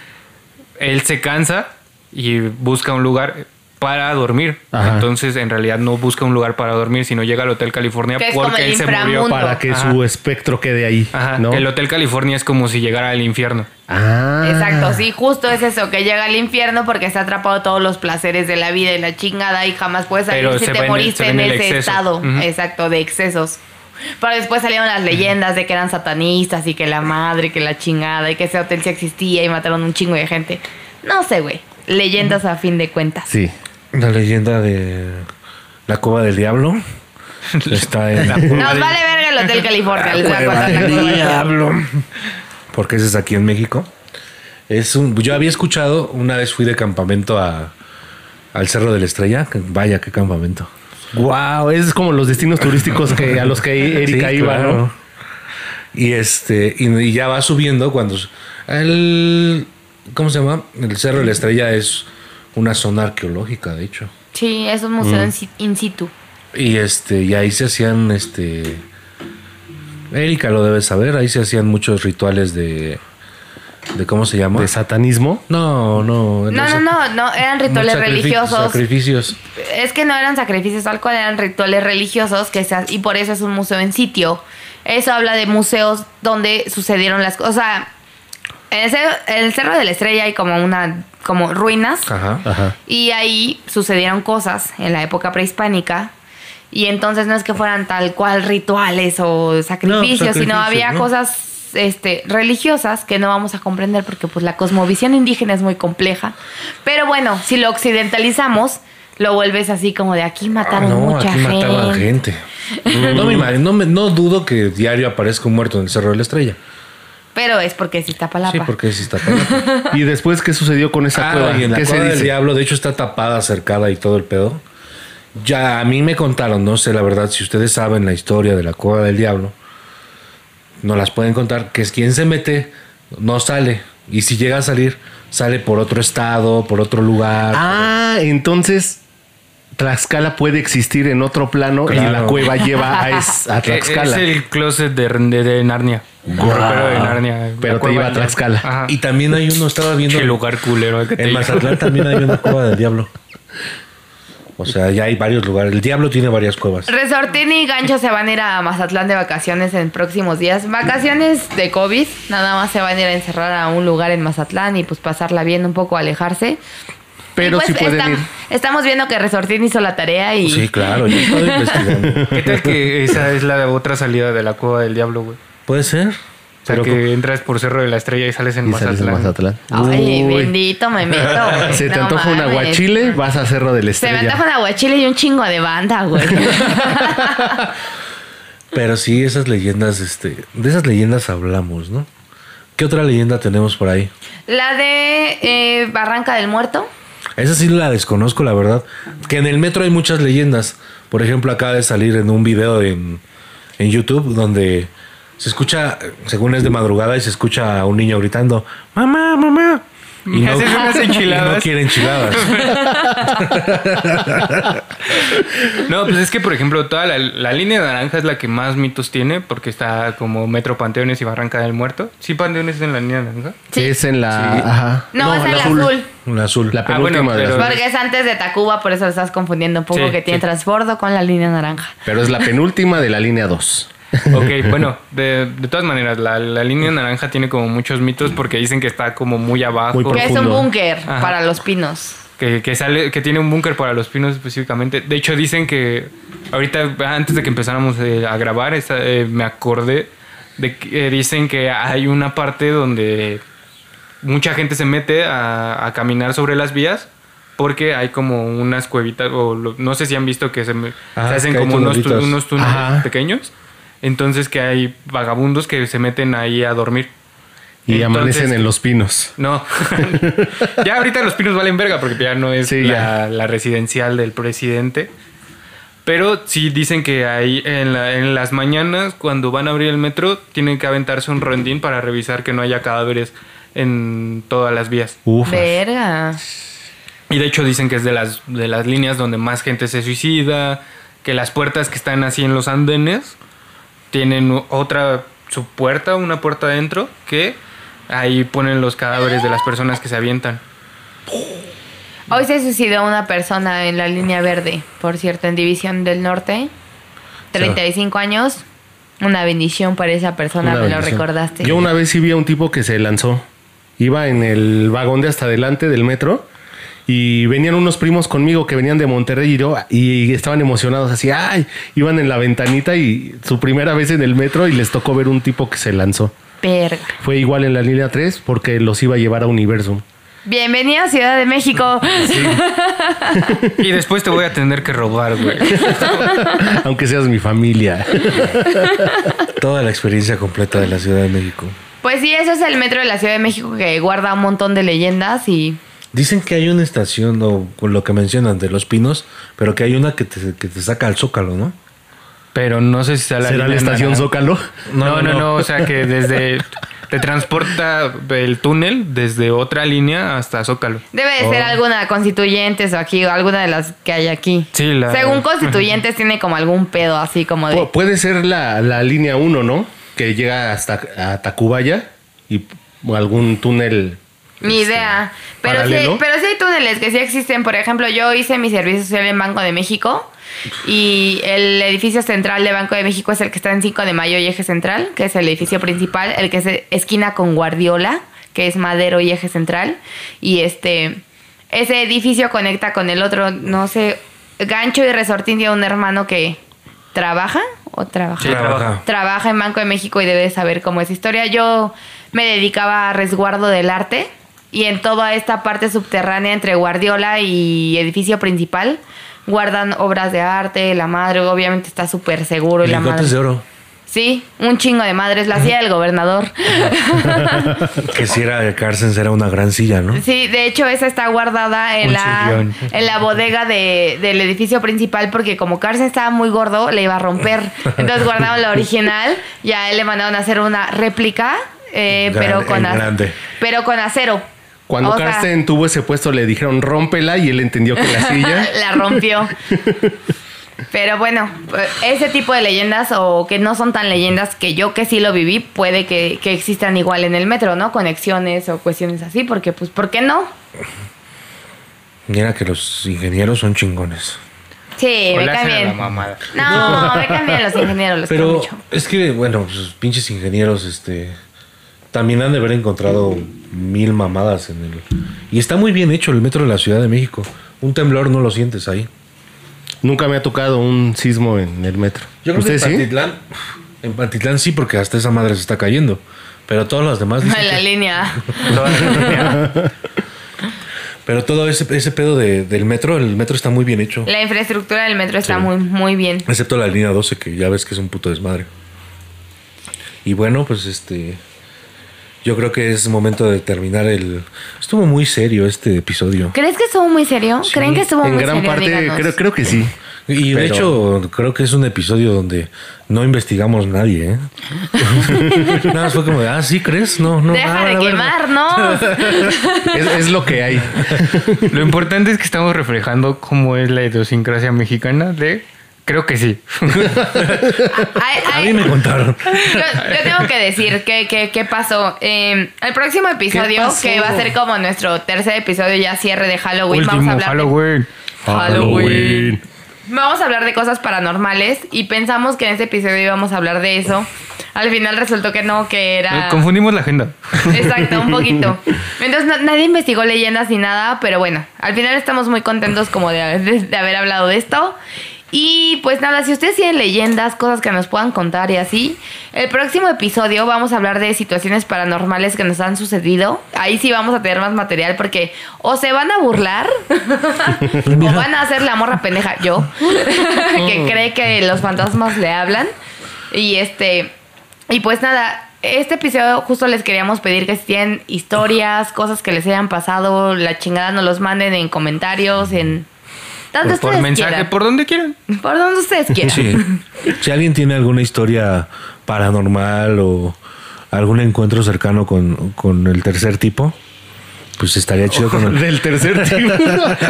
Speaker 2: él se cansa y busca un lugar para dormir.
Speaker 4: Ajá.
Speaker 2: Entonces, en realidad no busca un lugar para dormir, sino llega al Hotel California
Speaker 3: Que es como
Speaker 2: porque
Speaker 3: el
Speaker 2: él se murió.
Speaker 3: inframundo.
Speaker 4: Para que
Speaker 2: Ajá.
Speaker 4: su espectro quede ahí.
Speaker 2: Ajá,
Speaker 4: ¿no?
Speaker 2: que el Hotel California es como si llegara al infierno.
Speaker 4: Ah.
Speaker 3: Exacto, sí, justo es eso, que llega al infierno porque está atrapado de todos los placeres de la vida y la chingada y jamás puedes salir
Speaker 2: Pero
Speaker 3: si
Speaker 2: se
Speaker 3: te
Speaker 2: ve en el-
Speaker 3: moriste
Speaker 2: se ve
Speaker 3: en,
Speaker 2: en el
Speaker 3: ese
Speaker 2: exceso.
Speaker 3: estado.
Speaker 2: Ujú.
Speaker 3: Exacto, de excesos. Pero después salieron las leyendas de que eran satanistas y que la madre, que la chingada y que ese hotel sí existía y mataron un chingo de gente. No sé, güey. Leyendas a fin de cuentas.
Speaker 4: Sí.
Speaker 1: La leyenda de la cova del diablo. Está en
Speaker 3: Nos vale verga el Hotel California. les voy a contar la cosa.
Speaker 1: diablo. Porque ese es aquí en México. Es un, yo había escuchado, una vez fui de campamento a, al Cerro de la Estrella. que- Vaya, qué campamento.
Speaker 4: Wow, es como los destinos turísticos que a los que Erika
Speaker 1: Sí,
Speaker 4: iba,
Speaker 1: claro.
Speaker 4: ¿no?
Speaker 1: Y este, y, y ya va subiendo cuando s- el ¿cómo se llama? El Cerro de la Estrella es una zona arqueológica, de hecho.
Speaker 3: Sí, es un
Speaker 2: Mm.
Speaker 3: museo in si- in situ.
Speaker 1: Y este, y ahí se hacían este Erika lo debe saber, ahí se hacían muchos rituales de de cómo se llama?
Speaker 4: De satanismo.
Speaker 1: No, no.
Speaker 3: No, no,
Speaker 1: sé.
Speaker 3: no, no, eran rituales
Speaker 1: Sacrifi-
Speaker 3: religiosos.
Speaker 1: Sacrificios.
Speaker 3: Es que no eran sacrificios tal cual, eran rituales religiosos que se ha- y por eso es un museo en sitio. Eso habla de museos donde sucedieron las cosas. O sea, en el, Cerro, en el Cerro de la Estrella hay como una como ruinas
Speaker 1: Ajá.
Speaker 4: Ajá.
Speaker 3: y ahí sucedieron cosas en la época prehispánica. Y entonces no es que fueran tal cual rituales o sacrificios, sino
Speaker 1: sacrificios,
Speaker 3: había
Speaker 1: ¿no?
Speaker 3: cosas este, religiosas que no vamos a comprender porque pues la cosmovisión indígena es muy compleja. Pero bueno, si lo occidentalizamos, lo vuelves así como de aquí mataron
Speaker 1: Ah, No,
Speaker 3: mucha
Speaker 1: aquí
Speaker 3: gente.
Speaker 1: mataban gente. No me imagino, no, me- no dudo que diario aparezca un muerto en el Cerro de la Estrella.
Speaker 3: Pero es porque es Iztapalapa.
Speaker 1: Sí, porque es Iztapalapa.
Speaker 4: ¿Y después qué sucedió con esa
Speaker 1: Ah,
Speaker 4: cueva?
Speaker 1: y en la
Speaker 4: ¿Qué se
Speaker 1: cueva del
Speaker 4: dice?
Speaker 1: diablo, de hecho, está tapada, cercada y todo el pedo. Ya a mí me contaron, no sé la verdad, si ustedes saben la historia de la cueva del diablo, no las pueden contar, que es quien se mete, no sale. Y si llega a salir, sale por otro estado, por otro lugar.
Speaker 4: Ah, entonces Tlaxcala puede existir en otro plano y
Speaker 1: Claro.
Speaker 4: la cueva lleva a, es- a Tlaxcala.
Speaker 2: Es el closet de, de- de Narnia.
Speaker 4: Guau.
Speaker 2: Pero de Narnia.
Speaker 4: Pero
Speaker 2: La
Speaker 4: te iba a
Speaker 2: cueva-
Speaker 4: Tlaxcala.
Speaker 2: Ajá.
Speaker 1: Y también hay uno, estaba viendo.
Speaker 2: Qué lugar culero. ¿eh? que te
Speaker 1: En
Speaker 2: digo.
Speaker 1: Mazatlán también hay una cueva del diablo. O sea, ya hay varios lugares. El diablo tiene varias cuevas.
Speaker 3: Resortín y Gancho se van a ir a Mazatlán de vacaciones en próximos días. Vacaciones de COVID. Nada más se van a ir a encerrar a un lugar en Mazatlán y pues pasarla bien, un poco alejarse.
Speaker 4: Pero
Speaker 3: Y, pues,
Speaker 4: sí pueden
Speaker 3: estam-
Speaker 4: ir.
Speaker 3: Estamos viendo que Resortín hizo la tarea y...
Speaker 1: Sí, claro, yo estoy investigando.
Speaker 2: ¿Qué tal que esa es la otra salida de la cueva del diablo, güey?
Speaker 1: ¿Puede ser?
Speaker 2: O sea, que entras por Cerro de la Estrella y sales en
Speaker 4: Y
Speaker 2: Mazatlán.
Speaker 4: sales en Mazatlán.
Speaker 3: Ay,
Speaker 4: Uy.
Speaker 3: bendito me meto. güey.
Speaker 4: Se te
Speaker 3: No
Speaker 4: antoja un
Speaker 3: mames.
Speaker 4: aguachile, vas a Cerro de la
Speaker 3: Se me
Speaker 4: Estrella.
Speaker 3: antoja un aguachile y un chingo de banda, güey.
Speaker 1: Pero sí, esas leyendas, este, de esas leyendas hablamos, ¿no? ¿Qué otra leyenda tenemos por ahí?
Speaker 3: la de eh, Barranca del Muerto.
Speaker 1: Esa sí la desconozco, la verdad. Que en el metro hay muchas leyendas. Por ejemplo, acaba de salir en un video en, en YouTube donde se escucha, según es de madrugada, y se escucha a un niño gritando, mamá, mamá. Y
Speaker 2: Me haces unas enchiladas.
Speaker 1: y no quiere enchiladas.
Speaker 2: No, pues es que, por ejemplo, toda la, la línea naranja es la que más mitos tiene porque está como Metro Panteones y Barranca del Muerto. ¿Sí, Panteones es en la línea naranja?
Speaker 3: Sí.
Speaker 4: Es en la. Ajá.
Speaker 3: No, es el azul.
Speaker 1: Un azul.
Speaker 4: La
Speaker 2: Ah,
Speaker 4: penúltima
Speaker 2: bueno,
Speaker 4: de las-
Speaker 2: pero-
Speaker 3: Porque es antes de Tacuba, por eso lo estás confundiendo un poco
Speaker 2: Sí,
Speaker 3: que tiene
Speaker 2: sí.
Speaker 3: transbordo con la línea naranja.
Speaker 4: Pero es la penúltima de la línea 2.
Speaker 2: Ok, bueno, de, de todas maneras, la, la línea naranja tiene como muchos mitos porque dicen que está como muy abajo.
Speaker 4: Muy
Speaker 3: Que es un
Speaker 4: Profundo.
Speaker 3: búnker
Speaker 2: Ajá.
Speaker 3: para los pinos.
Speaker 2: que, que sale que tiene un búnker para los pinos específicamente de hecho dicen que ahorita antes de que empezáramos eh, a grabar esta- eh, me acordé de que eh, dicen que hay una parte donde mucha gente se mete a, a caminar sobre las vías porque hay como unas cuevitas o lo- no sé si han visto que se, me-
Speaker 1: Ah,
Speaker 2: se hacen
Speaker 1: que hay
Speaker 2: como unos, tu-
Speaker 1: tunelitos.
Speaker 2: unos túneles
Speaker 4: Ajá.
Speaker 2: pequeños entonces que hay vagabundos que se meten ahí a dormir
Speaker 4: Y
Speaker 2: Entonces-
Speaker 4: amanecen en los pinos.
Speaker 2: No. ya ahorita los pinos valen verga porque ya no es
Speaker 4: Sí,
Speaker 2: la, la residencial del presidente. Pero sí dicen que ahí en, la- en las mañanas, cuando van a abrir el metro, tienen que aventarse un rondín para revisar que no haya cadáveres en todas las vías.
Speaker 4: Uf.
Speaker 3: Verga.
Speaker 2: Y de hecho dicen que es de las, de las líneas donde más gente se suicida, que las puertas que están así en los andenes tienen u- otra su puerta, una puerta adentro, que ahí ponen los cadáveres de las personas que se avientan.
Speaker 3: Hoy se suicidó una persona en la línea verde, por cierto, en División del Norte. 35 años. Una bendición para esa persona,
Speaker 4: Una
Speaker 3: me lo
Speaker 4: bendición.
Speaker 3: recordaste.
Speaker 4: Yo una vez sí vi a un tipo que se lanzó. Iba en el vagón de hasta adelante del metro y venían unos primos conmigo que venían de Monterrey y yo y estaban emocionados así, ay, iban en la ventanita y su primera vez en el metro y les tocó ver un tipo que se lanzó.
Speaker 3: Verga.
Speaker 4: Fue igual en la línea 3 porque los iba a llevar a Universum.
Speaker 3: Bienvenido a Ciudad de México.
Speaker 2: Y después te voy a tener que robar, güey.
Speaker 4: Aunque seas mi familia.
Speaker 1: Toda la experiencia completa de la Ciudad de México.
Speaker 3: Pues sí, eso es el metro de la Ciudad de México que guarda un montón de leyendas y
Speaker 1: Dicen que hay una estación, o con lo que mencionan de los pinos, pero que hay una que te, que te saca al zócalo, ¿no?
Speaker 2: Pero no sé si sea la
Speaker 4: ¿Será la
Speaker 2: línea
Speaker 4: estación
Speaker 2: naranja.
Speaker 4: Zócalo?
Speaker 2: No no, no, o sea que desde te transporta el túnel desde otra línea hasta Zócalo.
Speaker 3: debe
Speaker 4: Oh.
Speaker 3: de ser alguna constituyentes o aquí, o alguna de las que hay aquí.
Speaker 2: Sí, la-
Speaker 3: Según constituyentes tiene como algún pedo así como de...
Speaker 4: Pu- puede ser la, la línea 1, ¿no? Que llega hasta a Tacubaya y p- algún túnel.
Speaker 3: Ni
Speaker 4: este,
Speaker 3: idea. Pero sí,
Speaker 4: paralelo.
Speaker 3: pero sí hay túneles que sí existen. Por ejemplo, yo hice mi servicio social en Banco de México y el edificio central de Banco de México es el que está en 5 de mayo y eje central, que es el edificio principal, el que es esquina con Guardiola, que es Madero y eje central. Y este, ese edificio conecta con el otro, no sé, Gancho y Resortín tiene un hermano que trabaja o trabaja
Speaker 2: Sí, trabaja.
Speaker 3: trabaja en Banco de México y debe saber cómo es historia. Yo me dedicaba a resguardo del arte y en toda esta parte subterránea entre Guardiola y edificio principal guardan obras de arte, la madre obviamente está súper seguro y la madre.
Speaker 1: Lingotes de oro.
Speaker 3: Sí, un chingo de madres, la hacía el gobernador.
Speaker 1: Que si era de Carson, era una gran silla, ¿no?
Speaker 3: Sí, de hecho esa está guardada en
Speaker 2: Un
Speaker 3: la,
Speaker 2: sillón.
Speaker 3: en la bodega de- del edificio principal porque como Carson estaba muy gordo, le iba a romper. Entonces guardaron la original y a él le mandaron a hacer una réplica, eh,
Speaker 1: Gran-
Speaker 3: pero, con
Speaker 1: en
Speaker 3: a-
Speaker 1: grande.
Speaker 3: pero con acero.
Speaker 4: Cuando
Speaker 3: O sea,
Speaker 4: Carsten tuvo ese puesto le dijeron rómpela y él entendió que la silla.
Speaker 3: la rompió. Pero bueno, ese tipo de leyendas o que no son tan leyendas que yo que sí lo viví, puede que, que existan igual en el metro, ¿no? Conexiones o cuestiones así, porque pues, ¿por qué no?
Speaker 1: Mira que los ingenieros son chingones.
Speaker 3: Sí,
Speaker 2: O
Speaker 3: me
Speaker 2: le
Speaker 3: caen
Speaker 2: hacen a la
Speaker 3: bien.
Speaker 2: mamada.
Speaker 3: No, me cambian los ingenieros, los quiero
Speaker 1: Pero
Speaker 3: mucho.
Speaker 1: es que, bueno, pues, pinches ingenieros, este. También han de haber encontrado mil mamadas en el. Y está muy bien hecho el metro de la Ciudad de México. Un temblor no lo sientes ahí.
Speaker 4: Nunca me ha tocado un sismo en el metro. ¿Usted
Speaker 1: en
Speaker 4: sí?
Speaker 1: Pantitlán. En Pantitlán sí, porque hasta esa madre se está cayendo. Pero todas las demás. dicen
Speaker 3: En la
Speaker 1: que-
Speaker 3: línea.
Speaker 1: pero todo ese, ese pedo de- del metro, el metro está muy bien hecho.
Speaker 3: La infraestructura del metro está
Speaker 1: Sí.
Speaker 3: muy, muy bien.
Speaker 1: Excepto la línea 12, que ya ves que es un puto desmadre. Y bueno, pues este. Yo creo que es momento de terminar el. Estuvo muy serio este episodio.
Speaker 3: ¿Crees que estuvo muy serio? ¿Creen que estuvo
Speaker 4: En
Speaker 3: muy
Speaker 4: gran
Speaker 3: serio?
Speaker 4: parte
Speaker 3: Díganos.
Speaker 4: creo, creo que sí.
Speaker 1: Y de
Speaker 4: Pero-
Speaker 1: hecho, creo que es un episodio donde no investigamos nadie, ¿eh? Nada más fue como de, ah, ¿sí crees? No, no.
Speaker 3: Deja
Speaker 1: ah,
Speaker 3: de
Speaker 1: la verga".
Speaker 3: quemarnos.
Speaker 4: Es, es lo que hay.
Speaker 2: Lo importante es que estamos reflejando cómo es la idiosincrasia mexicana de creo que sí.
Speaker 3: Ay,
Speaker 1: A mí
Speaker 3: ay,
Speaker 1: me contaron.
Speaker 3: yo, yo tengo que decir que, que- que pasó. Eh, el próximo episodio,
Speaker 1: pasó?
Speaker 3: que va a ser como nuestro tercer episodio, ya cierre de Halloween, vamos a
Speaker 2: Último
Speaker 3: hablar. de-
Speaker 2: Halloween.
Speaker 3: Halloween. Vamos a hablar de cosas paranormales y pensamos que en este episodio íbamos a hablar de eso. Al final resultó que no, que era...
Speaker 2: Eh, Confundimos la agenda.
Speaker 3: Exacto, un poquito. Entonces na- nadie investigó leyendas ni nada, pero bueno, al final estamos muy contentos como de, de- de haber hablado de esto. Y pues nada, si ustedes tienen leyendas, cosas que nos puedan contar y así, el próximo episodio vamos a hablar de situaciones paranormales que nos han sucedido. Ahí sí vamos a tener más material porque o se van a burlar o van a hacer la morra pendeja yo, que cree que los fantasmas le hablan. Y este, y pues nada, Este episodio justo les queríamos pedir que si tienen historias, cosas que les hayan pasado, la chingada nos los manden en comentarios, en... Donde
Speaker 2: Pues Por,
Speaker 3: ustedes
Speaker 2: mensaje,
Speaker 3: quieran.
Speaker 2: por donde quieran.
Speaker 3: Por donde ustedes quieran.
Speaker 1: Pues Sí. Si alguien tiene alguna historia paranormal o algún encuentro cercano con, con el tercer tipo, pues estaría chido con el...
Speaker 4: Del tercer tipo.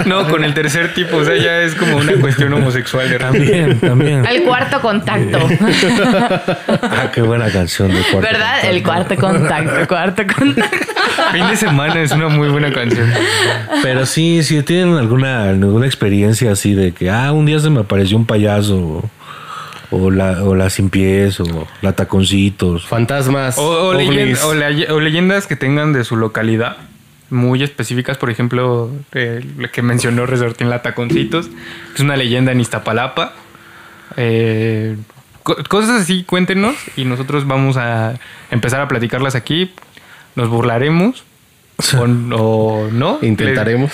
Speaker 2: No, con el tercer tipo, o sea, ya es como una cuestión homosexual de repente.
Speaker 1: También, también.
Speaker 3: El cuarto contacto.
Speaker 1: Ah, qué buena canción de cuarto
Speaker 3: ¿Verdad? El cuarto
Speaker 1: contacto.
Speaker 3: contacto, cuarto contacto.
Speaker 2: Fin de semana es una muy buena canción.
Speaker 1: Pero sí, si tienen alguna, alguna experiencia así de que, ah, un día se me apareció un payaso o, o la, o la sin pies o la taconcitos.
Speaker 4: Fantasmas.
Speaker 2: O, o
Speaker 4: ovnis.
Speaker 2: leyen- o leye- o leyendas que tengan de su localidad, muy específicas, por ejemplo, eh, la que mencionó Resortín Lataconcitos, que es una leyenda en Iztapalapa. Eh, co- cosas así, cuéntenos y nosotros vamos a empezar a platicarlas aquí. Nos burlaremos o, o no.
Speaker 4: Intentaremos.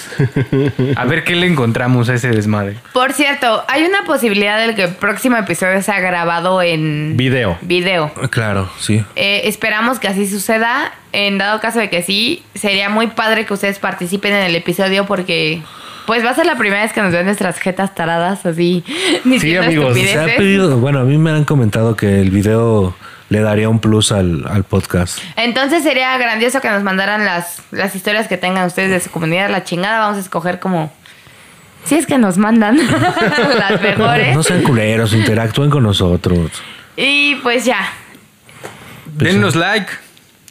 Speaker 2: Le- A ver qué le encontramos a ese desmadre.
Speaker 3: Por cierto, hay una posibilidad del que el próximo episodio sea grabado en
Speaker 4: Video.
Speaker 3: video.
Speaker 1: Claro, sí.
Speaker 3: Eh, esperamos que así suceda. En dado caso de que sí, sería muy padre que ustedes participen en el episodio porque pues va a ser la primera vez que nos ven nuestras jetas taradas así. diciendo
Speaker 4: amigos,
Speaker 1: Se ha
Speaker 3: estupideces.
Speaker 1: pedido, bueno, a mí me han comentado que el video le daría un plus al, al podcast.
Speaker 3: Entonces sería grandioso que nos mandaran las, las historias que tengan ustedes de su comunidad. La chingada vamos a escoger como... Si es que nos mandan las mejores.
Speaker 1: No sean culeros, interactúen con nosotros.
Speaker 3: Y pues ya.
Speaker 2: Denos like,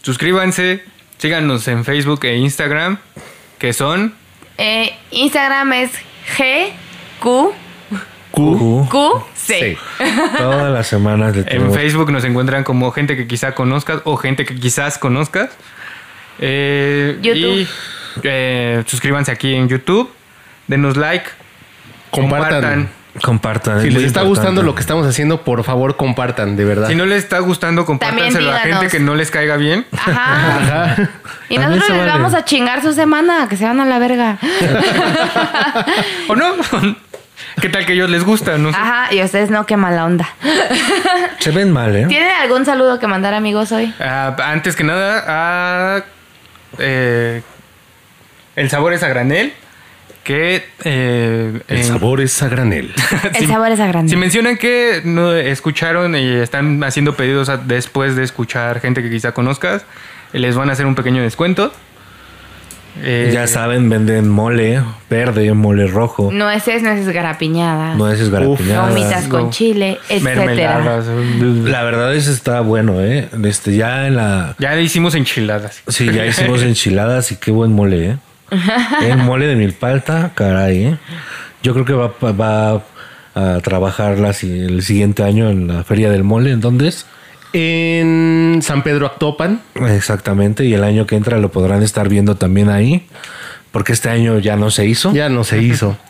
Speaker 2: suscríbanse, síganos en Facebook e Instagram, que son
Speaker 3: Eh, Instagram es GQQC.
Speaker 4: Uh-huh.
Speaker 1: Ujú. Uh-huh. Todas las semanas le
Speaker 2: En
Speaker 1: tenemos-
Speaker 2: Facebook nos encuentran como gente que quizá conozcas o gente que quizás conozcas. Eh,
Speaker 3: YouTube.
Speaker 2: Y eh, suscríbanse aquí en YouTube. Denos like.
Speaker 4: Compartan.
Speaker 1: compartan.
Speaker 4: Si
Speaker 1: es
Speaker 4: les
Speaker 1: muy
Speaker 4: está
Speaker 1: importante.
Speaker 4: gustando lo que estamos haciendo, por favor, compartan, de verdad.
Speaker 2: Si no les está gustando, compártanselo a
Speaker 3: díganos.
Speaker 2: gente que no les caiga bien.
Speaker 3: Ajá. Y
Speaker 1: También
Speaker 3: nosotros
Speaker 1: se
Speaker 3: les
Speaker 1: vale.
Speaker 3: vamos a chingar su semana, que se van a la verga.
Speaker 2: ¿O no? ¿Qué tal que a ellos les gusta? No sé.
Speaker 3: Ajá, y ustedes no, qué mala onda.
Speaker 1: Se ven mal, ¿eh?
Speaker 3: ¿Tienen algún saludo que mandar amigos hoy?
Speaker 2: Ah, antes que nada, a, eh, el sabor es a granel. Que eh, en-
Speaker 4: es a granel.
Speaker 3: El sabor es a grande.
Speaker 2: Si mencionan que no escucharon y están haciendo pedidos a- después de escuchar gente que quizá conozcas, les van a hacer un pequeño descuento. Eh,
Speaker 1: Ya saben, venden mole verde, mole rojo,
Speaker 3: Nueces, nueces garapiñadas,
Speaker 1: nueces
Speaker 3: gomitas
Speaker 1: garapiñadas.
Speaker 3: con
Speaker 2: No.
Speaker 3: chile, etcétera.
Speaker 2: mermeladas.
Speaker 1: La verdad es está bueno, ¿eh? Este, ya en la...
Speaker 2: Ya hicimos enchiladas.
Speaker 1: Sí, ya hicimos enchiladas y qué buen mole, ¿eh? El mole de milpalta, caray, ¿eh? Yo creo que va, va a trabajarla si- el siguiente año en la Feria del Mole, entonces.
Speaker 4: En San Pedro Actopan.
Speaker 1: Exactamente, y el año que entra lo podrán estar viendo también ahí, porque este año ya no se hizo.
Speaker 4: Ya no se hizo.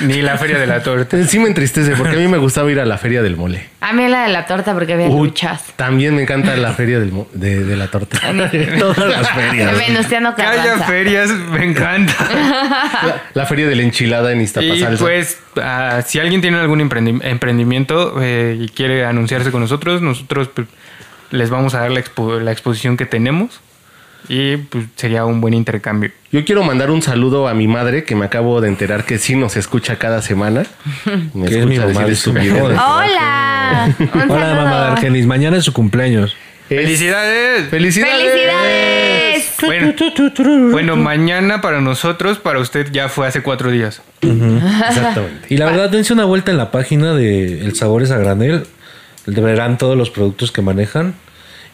Speaker 2: Ni la feria de la torta.
Speaker 4: Sí me entristece porque a mí me gustaba ir a la feria del mole.
Speaker 3: A mí la de la torta porque había
Speaker 4: Uy,
Speaker 3: luchas.
Speaker 4: también me encanta la feria del mo- de, de la torta.
Speaker 1: Todas las ferias.
Speaker 3: Venustiano
Speaker 2: Que haya
Speaker 3: Carranza.
Speaker 2: ferias, me encanta.
Speaker 4: La, la feria de la enchilada en
Speaker 2: Y
Speaker 4: Iztapasalsa.
Speaker 2: pues, ah, si alguien tiene algún emprendi- emprendimiento eh, y quiere anunciarse con nosotros, nosotros pues, les vamos a dar la, expo- la exposición que tenemos y pues, sería un buen intercambio.
Speaker 4: Yo quiero mandar un saludo a mi madre que me acabo de enterar que sí nos escucha cada semana. Me
Speaker 1: Que es mi mamá,
Speaker 4: decir
Speaker 1: disculpe.
Speaker 4: estupideces.
Speaker 3: Hola. Un
Speaker 1: Hola, mamá de
Speaker 3: saludo.
Speaker 1: Argenis. Mañana es su cumpleaños.
Speaker 4: Es-
Speaker 2: ¡Felicidades!
Speaker 4: ¡Felicidades!
Speaker 3: Felicidades.
Speaker 2: Bueno, bueno, mañana para nosotros, para usted ya fue hace cuatro días.
Speaker 4: Exactamente.
Speaker 1: Y la verdad, dense una vuelta en la página de El Sabores a Granel. Verán todos los productos que manejan.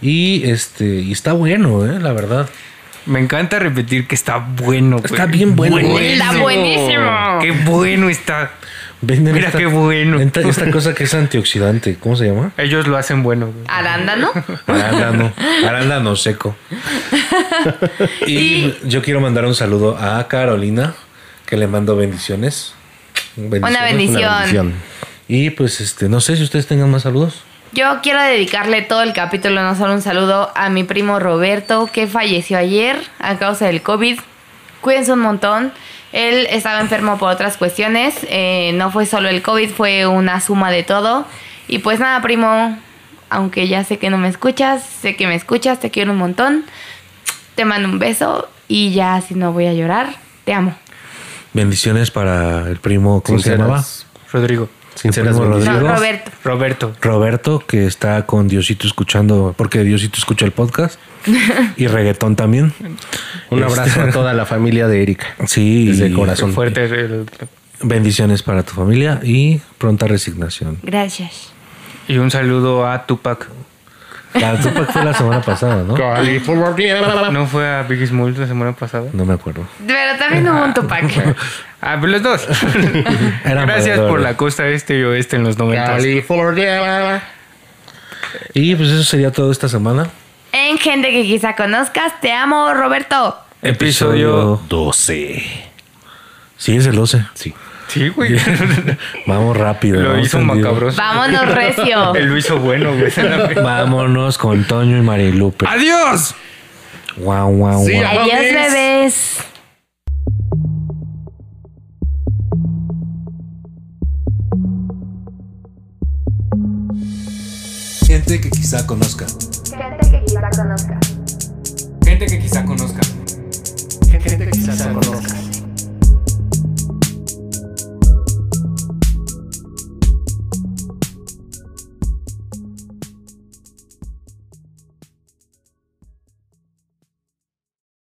Speaker 1: Y este y está bueno, eh, la verdad.
Speaker 2: Me encanta repetir que está bueno. güey.
Speaker 1: Está bien bueno.
Speaker 3: Está buenísimo.
Speaker 2: Qué bueno está.
Speaker 1: Venden
Speaker 2: Mira qué bueno.
Speaker 1: enta- Esta, cosa que es antioxidante, ¿cómo se llama?
Speaker 2: Ellos lo hacen bueno. güey.
Speaker 3: Arándano.
Speaker 1: Arándano, arándano seco. Y yo quiero mandar un saludo a Carolina, que le mando bendiciones. Bendiciones,
Speaker 3: bendición.
Speaker 1: Y pues este, no sé si ustedes tengan más saludos.
Speaker 3: Yo quiero dedicarle todo el capítulo, no solo un saludo, a mi primo Roberto, que falleció ayer a causa del COVID. Cuídense un montón. Él estaba enfermo por otras cuestiones. eh, no fue solo el COVID, fue una suma de todo. Y pues nada, primo, aunque ya sé que no me escuchas, sé que me escuchas, te quiero un montón. Te mando un beso y ya si no voy a llorar, te amo.
Speaker 1: Bendiciones para el primo, ¿cómo se llamaba?
Speaker 4: Sinceras,
Speaker 2: Rodrigo.
Speaker 4: sinceras
Speaker 1: Primo
Speaker 4: bendiciones.
Speaker 3: No,
Speaker 1: Rodrigo.
Speaker 3: Roberto.
Speaker 2: Roberto.
Speaker 1: Roberto, que está con Diosito escuchando, porque Diosito escucha el podcast y reggaetón también.
Speaker 4: Un abrazo
Speaker 1: Este,
Speaker 4: a toda la familia de Erika.
Speaker 1: Sí,
Speaker 4: Desde el
Speaker 1: y
Speaker 4: corazón.
Speaker 2: Fuerte. eh, el-
Speaker 1: Bendiciones para tu familia y pronta resignación.
Speaker 3: Gracias.
Speaker 2: y un saludo a Tupac.
Speaker 1: La Tupac fue la semana pasada, ¿no?
Speaker 2: ¿No fue a Biggie Smalls la semana pasada?
Speaker 1: No me acuerdo.
Speaker 3: Pero también hubo un Tupac.
Speaker 2: Ah, pero los dos.
Speaker 1: Eran
Speaker 2: Gracias
Speaker 1: valedores.
Speaker 2: por la costa este y oeste en los 90.
Speaker 4: California.
Speaker 1: Y pues eso sería todo esta semana.
Speaker 3: En gente que quizá conozcas, te amo, Roberto.
Speaker 2: Episodio.
Speaker 1: 12. Sí, es el 12. Sí.
Speaker 2: Sí, güey.
Speaker 1: Vamos rápido.
Speaker 2: Lo
Speaker 1: vamos
Speaker 2: hizo
Speaker 1: tendido.
Speaker 2: macabroso.
Speaker 3: Vámonos, Recio.
Speaker 2: Él lo hizo bueno, güey.
Speaker 1: Vámonos con Toño y Marilupe.
Speaker 2: ¡Adiós!
Speaker 1: Guau, guau, guau.
Speaker 3: Adiós, bebés.
Speaker 1: Gente que quizá conozca.
Speaker 2: Gente que quizá conozca.
Speaker 4: Gente que quizás conozcas.